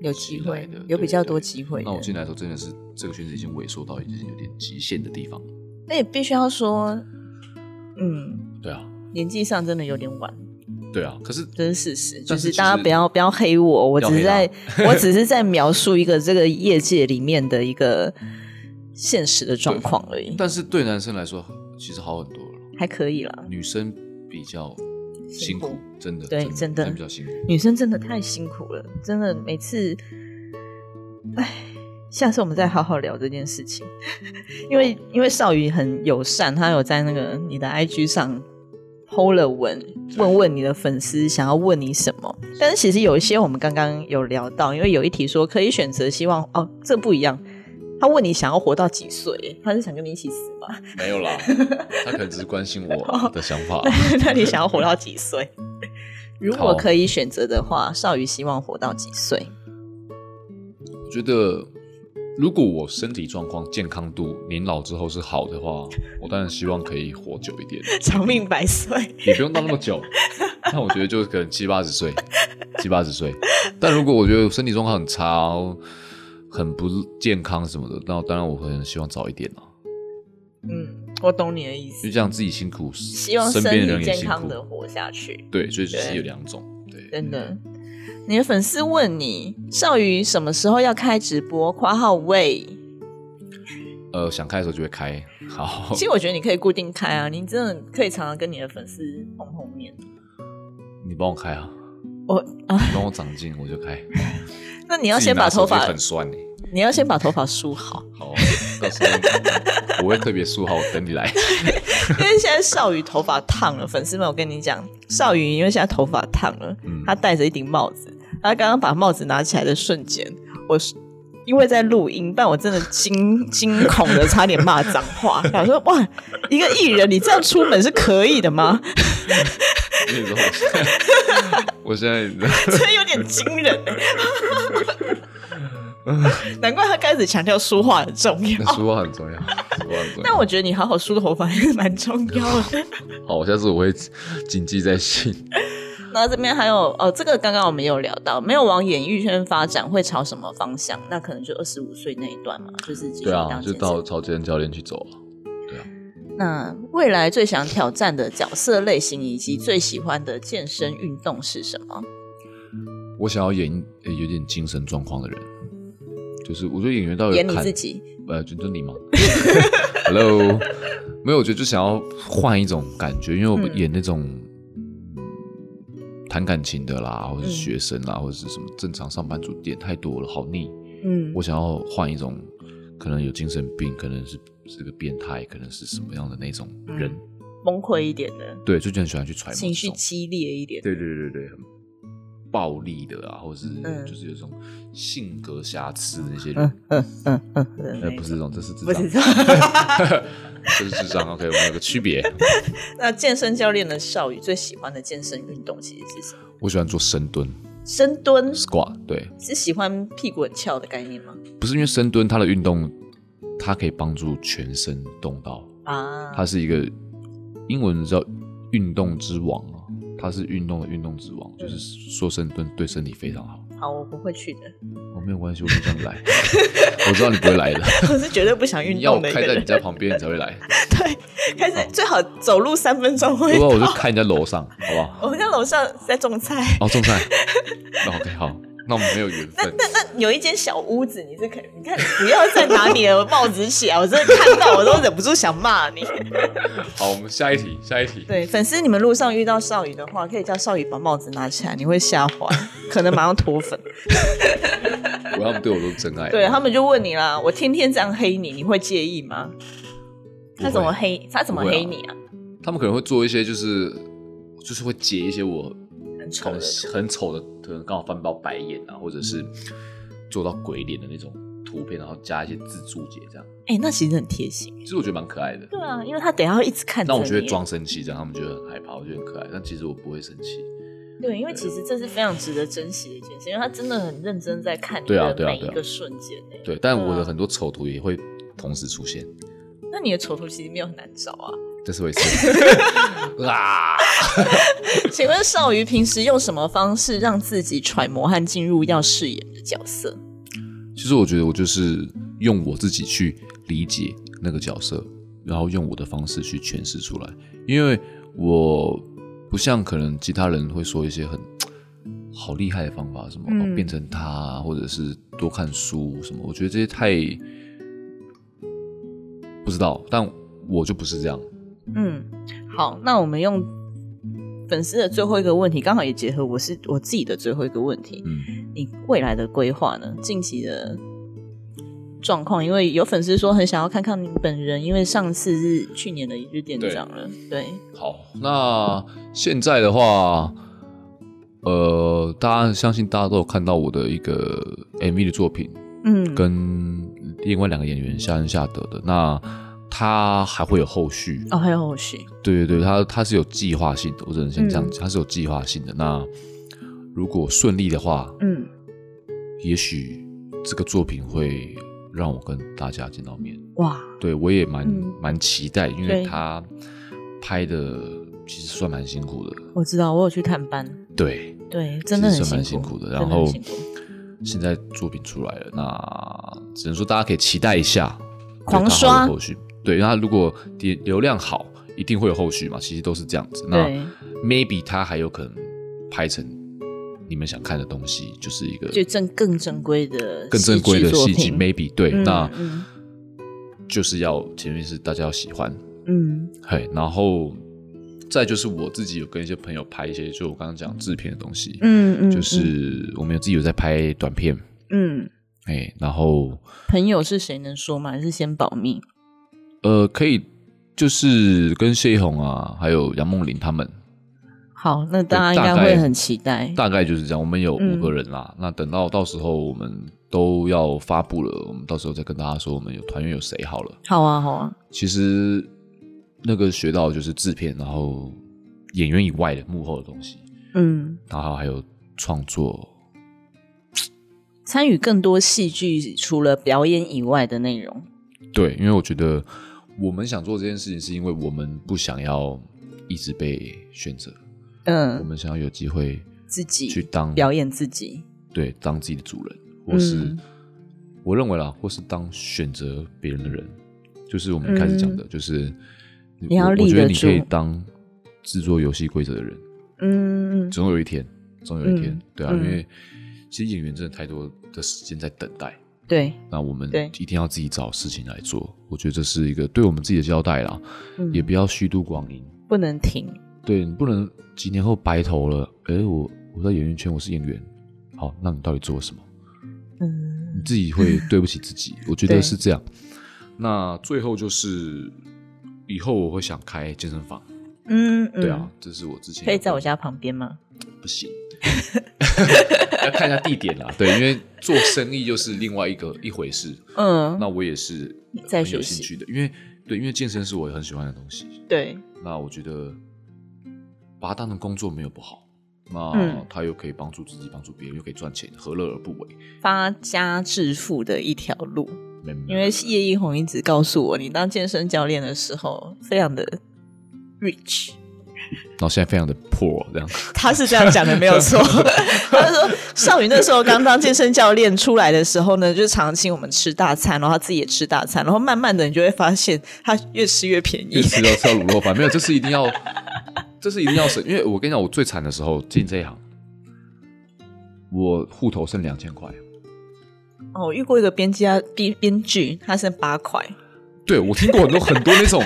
S1: 有机
S2: 起来
S1: 会
S2: 的，
S1: 有比较多
S2: 对
S1: 机会的
S2: 那我进来的时候，真的是这个圈子已经萎缩到已经有点极限的地方。
S1: 那也必须要说，嗯，
S2: 对啊，
S1: 年纪上真的有点晚，
S2: 对啊，可是
S1: 这是事实。就
S2: 但是
S1: 是
S2: 其
S1: 大家
S2: 实
S1: 不要不要黑我，我
S2: 不
S1: 只是
S2: 要黑
S1: 在 我只是在描述一个这个业界里面的一个现实的状况而已，
S2: 但是嗯对男生来说，其实好很多了。
S1: 还可以啦。
S2: 女生比较辛
S1: 辛
S2: 苦
S1: 苦，
S2: 真的，
S1: 对真
S2: 真
S1: 的
S2: 比较辛苦。
S1: 女生真的太辛苦了，真的每次，哎，下次我们再好好聊这件事情， 因为因为少宇很友善，他有在那个你的 IG 上 PO 了文，问问你的粉丝想要问你什么，但是其实有一些我们刚刚有聊到，因为有一题说可以选择希望哦，这不一样。他问你想要活到几岁？他是想跟你一起死吗？
S2: 没 有啦，他可能只是关心
S1: 哦
S2: 我的想法。
S1: 那你想要活到几岁？ 如
S2: 好
S1: 果可以选择的话，少宇希望活到几岁？
S2: 我觉得，如果我身体状况、健康度、年老之后是好 的话，我当然希望可以活久一点，
S1: 长命百岁。
S2: 也不用到那 么久。那我觉得就可能七八十岁，七八十岁。但如果我觉得身体状况很差、很不健康什么的，那当然我可能希望早一点啊，
S1: 嗯，我懂你的意
S2: 因为
S1: 思，
S2: 这样自己辛苦，
S1: 希望
S2: 身
S1: 身
S2: 边的人
S1: 体
S2: 也
S1: 健
S2: 辛
S1: 康
S2: 苦。
S1: 的活下去。
S2: 对，所以只
S1: 对
S2: 是有两种。对，
S1: 真的，你的粉丝问你，少宇什么时候要开直播？括号喂。
S2: 呃，想开的时候就会开。好
S1: 其，实我觉得你可以固定开啊，你真的可以常常跟你的粉丝碰碰面。
S2: 你帮我开啊，
S1: 我啊，
S2: 你帮我长进，我就开。
S1: 那你
S2: 你
S1: 要先把头发，
S2: 很酸欸
S1: 你要先把头发梳好，
S2: 好，到 时候我会特别梳好，等你来。
S1: 因为现在少宇头发烫了。粉丝们，我跟你讲，少宇因为现在头发烫了，
S2: 嗯
S1: 他戴着一顶帽子，他刚刚把帽子拿起来的瞬间，我是因为在录音，但我真的惊 惊恐的差点骂脏话，想说哇，一个艺人你这样出门是可以的吗？
S2: 那时候我现在， 我现在
S1: 真的有点惊人。难怪他开始强调梳化很重 要。
S2: 那梳化很重要，梳化很重要。
S1: 但我觉得你好好梳头发还是蛮重要的。
S2: 好，我下次我会谨记在心。
S1: 然后这边还有哦，这个刚刚我们也有聊到，没有往演艺圈发展会朝什么方向？那可能就二十五岁那一段嘛，就是继续
S2: 对啊，
S1: 当
S2: 就
S1: 健身
S2: 到朝健教练去走啊。对啊，
S1: 那未来最想挑战的角色类型以及最喜欢的健身运动是什么？
S2: 我想要演呃有点精神状况的人，就是我觉得演员到底
S1: 演你
S2: 看
S1: 自己，
S2: 呃，就就你吗 ？Hello，没有，我觉得就想要换一种感觉，因为我
S1: 嗯
S2: 演那种谈感情的啦，或者是
S1: 嗯
S2: 学生啦，或者是什么正常上班族点太多了，好腻。
S1: 嗯
S2: 我想要换一种，可能有精神病，可能是是个变态，可能是什么样的那种人。
S1: 崩溃一点的，
S2: 对，最近很喜欢去揣
S1: 嗯
S2: 摩
S1: 情
S2: 这
S1: 绪
S2: 种
S1: 激烈一点，
S2: 对对对对对，很暴力的啊，或者是
S1: 嗯
S2: 就是有这种性格瑕疵的那些人。
S1: 嗯嗯嗯嗯嗯，
S2: 呃，不是这种，这是智
S1: 不
S2: 障
S1: 是。这种。
S2: 这是智商。OK，我们有个区别。
S1: 那健身教练的少宇最喜欢的健身运动其实是什么？
S2: 我喜欢做深蹲
S1: 深蹲
S2: （squat），对，
S1: 是喜欢屁股很翘的概念吗？
S2: 不是因为深蹲它的运动，它可以帮助全身动到，
S1: 啊，
S2: 它是一个英文叫运动之王啊，它是运动的运动之王，就是说深蹲对身体非常好。
S1: 好，我不会去的，
S2: 哦，没有关系，我就这样来。 我知道你不会来的，
S1: 我是绝对不想运
S2: 你要我
S1: 动的一个
S2: 开在你
S1: 人。
S2: 家旁边，你才 会来。
S1: 开始最好走路三分钟会
S2: 如
S1: 到
S2: 果。我就开你家楼上，好不好？
S1: 我们家楼上在种菜，
S2: 哦，种菜。那 OK，好，那我们没有 缘分。
S1: 有一间小屋子，你是可以，你看你不要再拿你的帽子起来，我真的看到我都忍不住想骂你。
S2: 好，我们下一题，下一题。
S1: 对，粉丝，你们路上遇到少宇的话，可以叫少宇把帽子拿起来，你会吓坏，可能马上脱粉。
S2: 我他们对我都是真爱。
S1: 对他们就问你啦，我天天这样黑你，你会介意吗？
S2: 不会
S1: 他怎么黑？他怎么黑你啊？
S2: 他们可能会做一些就是就是会截一些我
S1: 很
S2: 可
S1: 丑
S2: 能
S1: 的，嗯
S2: 很丑的，可能刚好翻到白眼啊，或者是做到鬼脸的那种
S3: 图片，然后加一些字注解这样。
S1: 哎、那其实很贴心。
S3: 其实我觉得蛮可爱的。
S1: 对啊，因为他等一下要一直看着
S3: 那
S1: 你。啊
S3: 我就会装生气，这样他们就会很害怕，我觉得很可爱。但其实我不会生气。
S1: 嗯对，因为其实这是非常值得珍惜的一件事，因为他真的很认真在看你
S3: 对啊
S1: 的
S3: 对啊
S1: 每一
S3: 对啊
S1: 个瞬间、欸
S3: 对，但我
S1: 对啊
S3: 的很多丑图也会同时出现，
S1: 那你的丑图其实没有很难找啊。
S3: 这是会生 啊！
S1: 请问少瑜平时用什么方式让自己揣摩和进入要饰演的角色？
S2: 其实我觉得我就是用我自己去理解那个角色，然后用我的方式去诠释出来。因为我不像可能其他人会说一些很好厉害的方法，什么、
S1: 嗯
S2: 哦变成他啊，或者是多看书什么。我觉得这些太不知道，但我就不是这样。
S1: 嗯，好，那我们用粉丝的最后一个问题，刚好也结合我是我自己的最后一个问题。
S2: 嗯，
S1: 你未来的规划呢？近期的状况，因为有粉丝说很想要看看你本人，因为上次是去年的一日店长了，对，
S2: 好，那现在的话，呃，大家相信大家都有看到我的一个 MV 的作品，
S1: 嗯，
S2: 跟另外两个演员夏恩夏德的。那他还会有后续，
S1: 哦还有后续，
S2: 对对对，他他是有计划性的，我只能先这样
S1: 嗯
S2: 讲，他是有计划性的。那如果顺利的话，
S1: 嗯，
S2: 也许这个作品会让我跟大家见到面。
S1: 哇，
S2: 对我也蛮
S1: 嗯
S2: 蛮期待，因
S1: 对
S2: 为他拍的其实算蛮辛苦的，
S1: 我知道，我有去探班，
S2: 对，
S1: 对，真的
S2: 其
S1: 很
S2: 实算
S1: 辛
S2: 蛮辛
S1: 苦
S2: 苦的。
S1: 真
S2: 然
S1: 很
S2: 后
S1: 辛苦
S2: 现在作品出来了，那只能说大家可以期待一下，
S1: 狂
S2: 对它
S1: 刷
S2: 会有后续。对，那如果流流量好，一定会有后续嘛，其实都是这样子。那
S1: 对
S2: maybe 它还有可能拍成你们想看的东西，就是一个
S1: 就正更正规的
S2: 更正规的
S1: 作
S2: 戏剧
S1: 品，
S2: maybe 对，
S1: 嗯
S2: 那
S1: 嗯
S2: 就是要前面是大家要喜欢，
S1: 嗯
S2: 嘿，然后再就是我自己有跟一些朋友拍一些，就我刚刚讲制片的东西，
S1: 嗯嗯，
S2: 就是我们有自己有在拍短片，
S1: 嗯，嗯
S2: 哎，然后
S1: 朋友是谁能说吗？还是先保密？
S2: 呃，可以就是跟谢依宏啊，还有杨梦玲他们，
S1: 好，那大家应
S2: 大
S1: 该
S2: 概
S1: 会很期待。
S2: 大概就是这样。我们有
S1: 嗯
S2: 五个人啦，那等到到时候我们都要发布了，我们到时候再跟大家说我们有团员有谁好了。
S1: 好啊，好啊，
S2: 其实那个学到的就是制片，然后演员以外的幕后的东西，
S1: 嗯，
S2: 然后还有创作。
S1: 参与更多戏剧除了表演以外的内容。
S2: 对，因为我觉得我们想做这件事情，是因为我们不想要一直被选择，我
S1: 嗯，
S2: 们想要有机会
S1: 自己
S2: 去当
S1: 表演自己。
S2: 对，当自己的主人，或是、
S1: 嗯
S2: 我认为啦，或是当选择别人的人，就是我们一开始讲的，就是
S1: 嗯你要
S2: 我
S1: 立
S2: 我觉
S1: 得
S2: 得你可以
S1: 住
S2: 当制作游戏规则的人，
S1: 嗯，
S2: 总有一天，总有一天，
S1: 嗯
S2: 对啊，
S1: 嗯
S2: 因为其实演员真的太多的时间在等待，
S1: 对，
S2: 那我们
S1: 对
S2: 一定要自己找事情来做，我觉得这是一个对我们自己的交代啦，
S1: 嗯
S2: 也不要虚度光阴，
S1: 不能停。
S2: 对你不能几年后白头了，哎、我我在演员圈我是演员，好，那你到底做了什么？你
S1: 嗯
S2: 自己会对不起自己，我觉
S1: 对
S2: 得是这样。那最后就是以后我会想开健身房，
S1: 嗯，嗯
S2: 对啊，，这是我之前
S1: 可以在我家旁边吗？
S2: 不行， 要看一下地点啦。对，因为做生意又是另外一个一回事。
S1: 嗯，
S2: 那我也是
S1: 在
S2: 很
S1: 学
S2: 有
S1: 习
S2: 兴趣的，因为对，因为健身是我很喜欢的东西。
S1: 对，
S2: 那我觉得把它当成工作没有不好，那
S1: 嗯
S2: 它又可以帮助自己，帮助别人，又可以赚钱，何乐而不为？
S1: 发家致富的一条路。
S2: 没没
S1: 因为叶一红一直告诉我，你当健身教练的时候非常的 rich。
S2: 然后现在非常的 poor 这样。
S1: 他是这样讲的，没有错。 他就说，少宇那时候刚当健身教练出来的时候呢，就常请我们吃大餐，然后他自己也吃大餐，然后慢慢的你就会发现，他越吃越便
S2: 越
S1: 宜。
S2: 吃要吃到卤肉饭，没有，这是一定要，这是一定要省。因为我跟你讲，我最惨的时候进这一行，我户头剩两千块，
S1: 哦，我遇过一个编辑啊，编编剧，他剩八块，
S2: 对我听过很多很多那种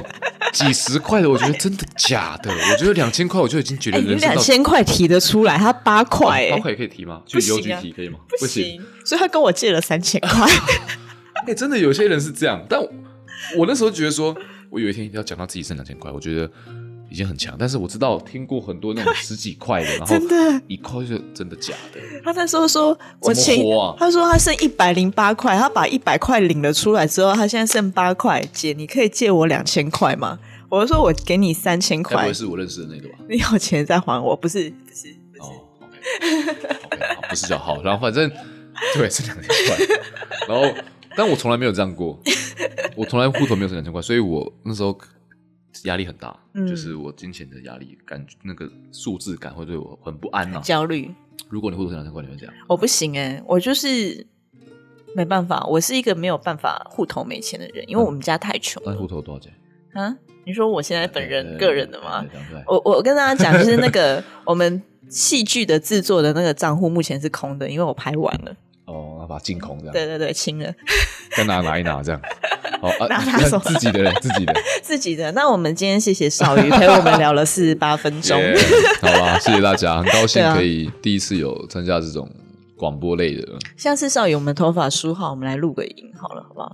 S2: 几十块的，我觉得真的假的？我觉得两千块我就已经觉
S1: 哎、
S2: 得
S1: 你
S2: 人生
S1: 两
S2: 到
S1: 千块提得出来，他八块、
S2: 八
S1: 哎，
S2: 块也可以提吗？去
S1: 不行啊
S2: 邮局提可以吗？
S1: 不行，，所以他跟我借了三千 块。
S2: 哎、真的有些人是这样，但我我那时候觉得说，我有一天一定要讲到自己剩两千块，我觉得已经很强，但是我知道听过很多那种十几块的，然 后
S1: 真的
S2: 一块就真的假的，
S1: 他那时候说，我前
S2: 怎么活啊
S1: 他说他剩一百零八块，他把一百块领了出来之后，他现在剩八块，姐，你可以借我两千块吗？我就说我给你三千
S2: 该哎不
S1: 块
S2: 会，是我认识的那个吧？
S1: 你有钱再还我，不是不是。
S2: 哦，OK，OK，好，不是就好。然后反正对是两千块，然后但我从来没有这样过，我从来户头没有这两千块，所以我那时候压力很大，
S1: 嗯
S2: 就是我金钱的压力感，那个数字感会对我很不安呐、
S1: 焦虑，
S2: 如果你户头两千块，你会这样？
S1: 我不行哎、我就是没办法，我是一个没有办法户头没钱的人，因为我们家太穷
S2: 那
S1: 了
S2: 户头有多少钱？
S1: 啊。你说我现在本
S2: 哎
S1: 人个人的哦吗
S2: 对？？对对对
S1: 我我跟大家讲，就是那个我们戏剧的制作的那个账户目前是空的，因为我拍完了。
S2: 哦，那把它净空这样，
S1: 对对对，清了
S2: 该拿拿一拿这样。好啊，
S1: 拿拿
S2: 那
S1: 什么
S2: 自己的嘞自 己的，
S1: 自己的。那我们今天谢谢少宇陪我们聊了四十八分钟。
S2: 耶好吧，谢谢大家，很高
S1: 对
S2: 兴
S1: 啊
S2: 可以第一次有参加这种广播类的。
S1: 下次少宇，我们头发梳好，我们来录个影好了，好不好？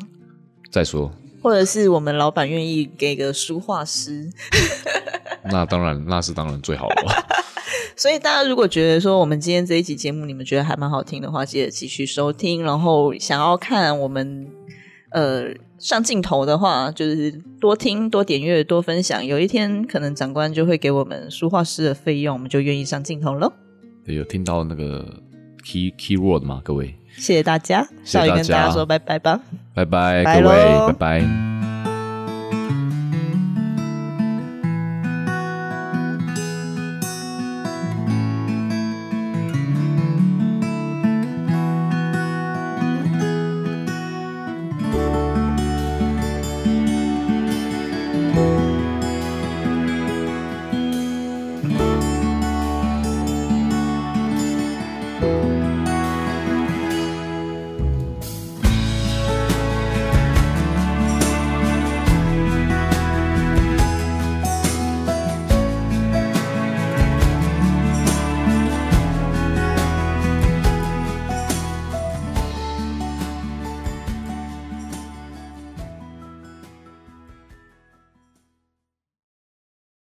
S2: 再说，
S1: 或者是我们老板愿意给个梳化师。
S2: 那当然，那是当然最好了。
S1: 所以大家如果觉得说我们今天这一集节目你们觉得还蛮好听的话，记得继续收听。然后想要看我们呃上镜头的话，就是多听、多点阅、多分享。有一天可能长官就会给我们书画师的费用，我们就愿意上镜头喽。
S2: 对有听到那个 key key word 吗？各位，
S1: 谢谢大家，
S2: 谢谢
S1: 少宇
S2: 大
S1: 跟大家
S2: 家
S1: 说拜拜吧。
S2: 拜拜，
S1: 拜
S2: 各位，
S1: 喽
S2: 拜拜。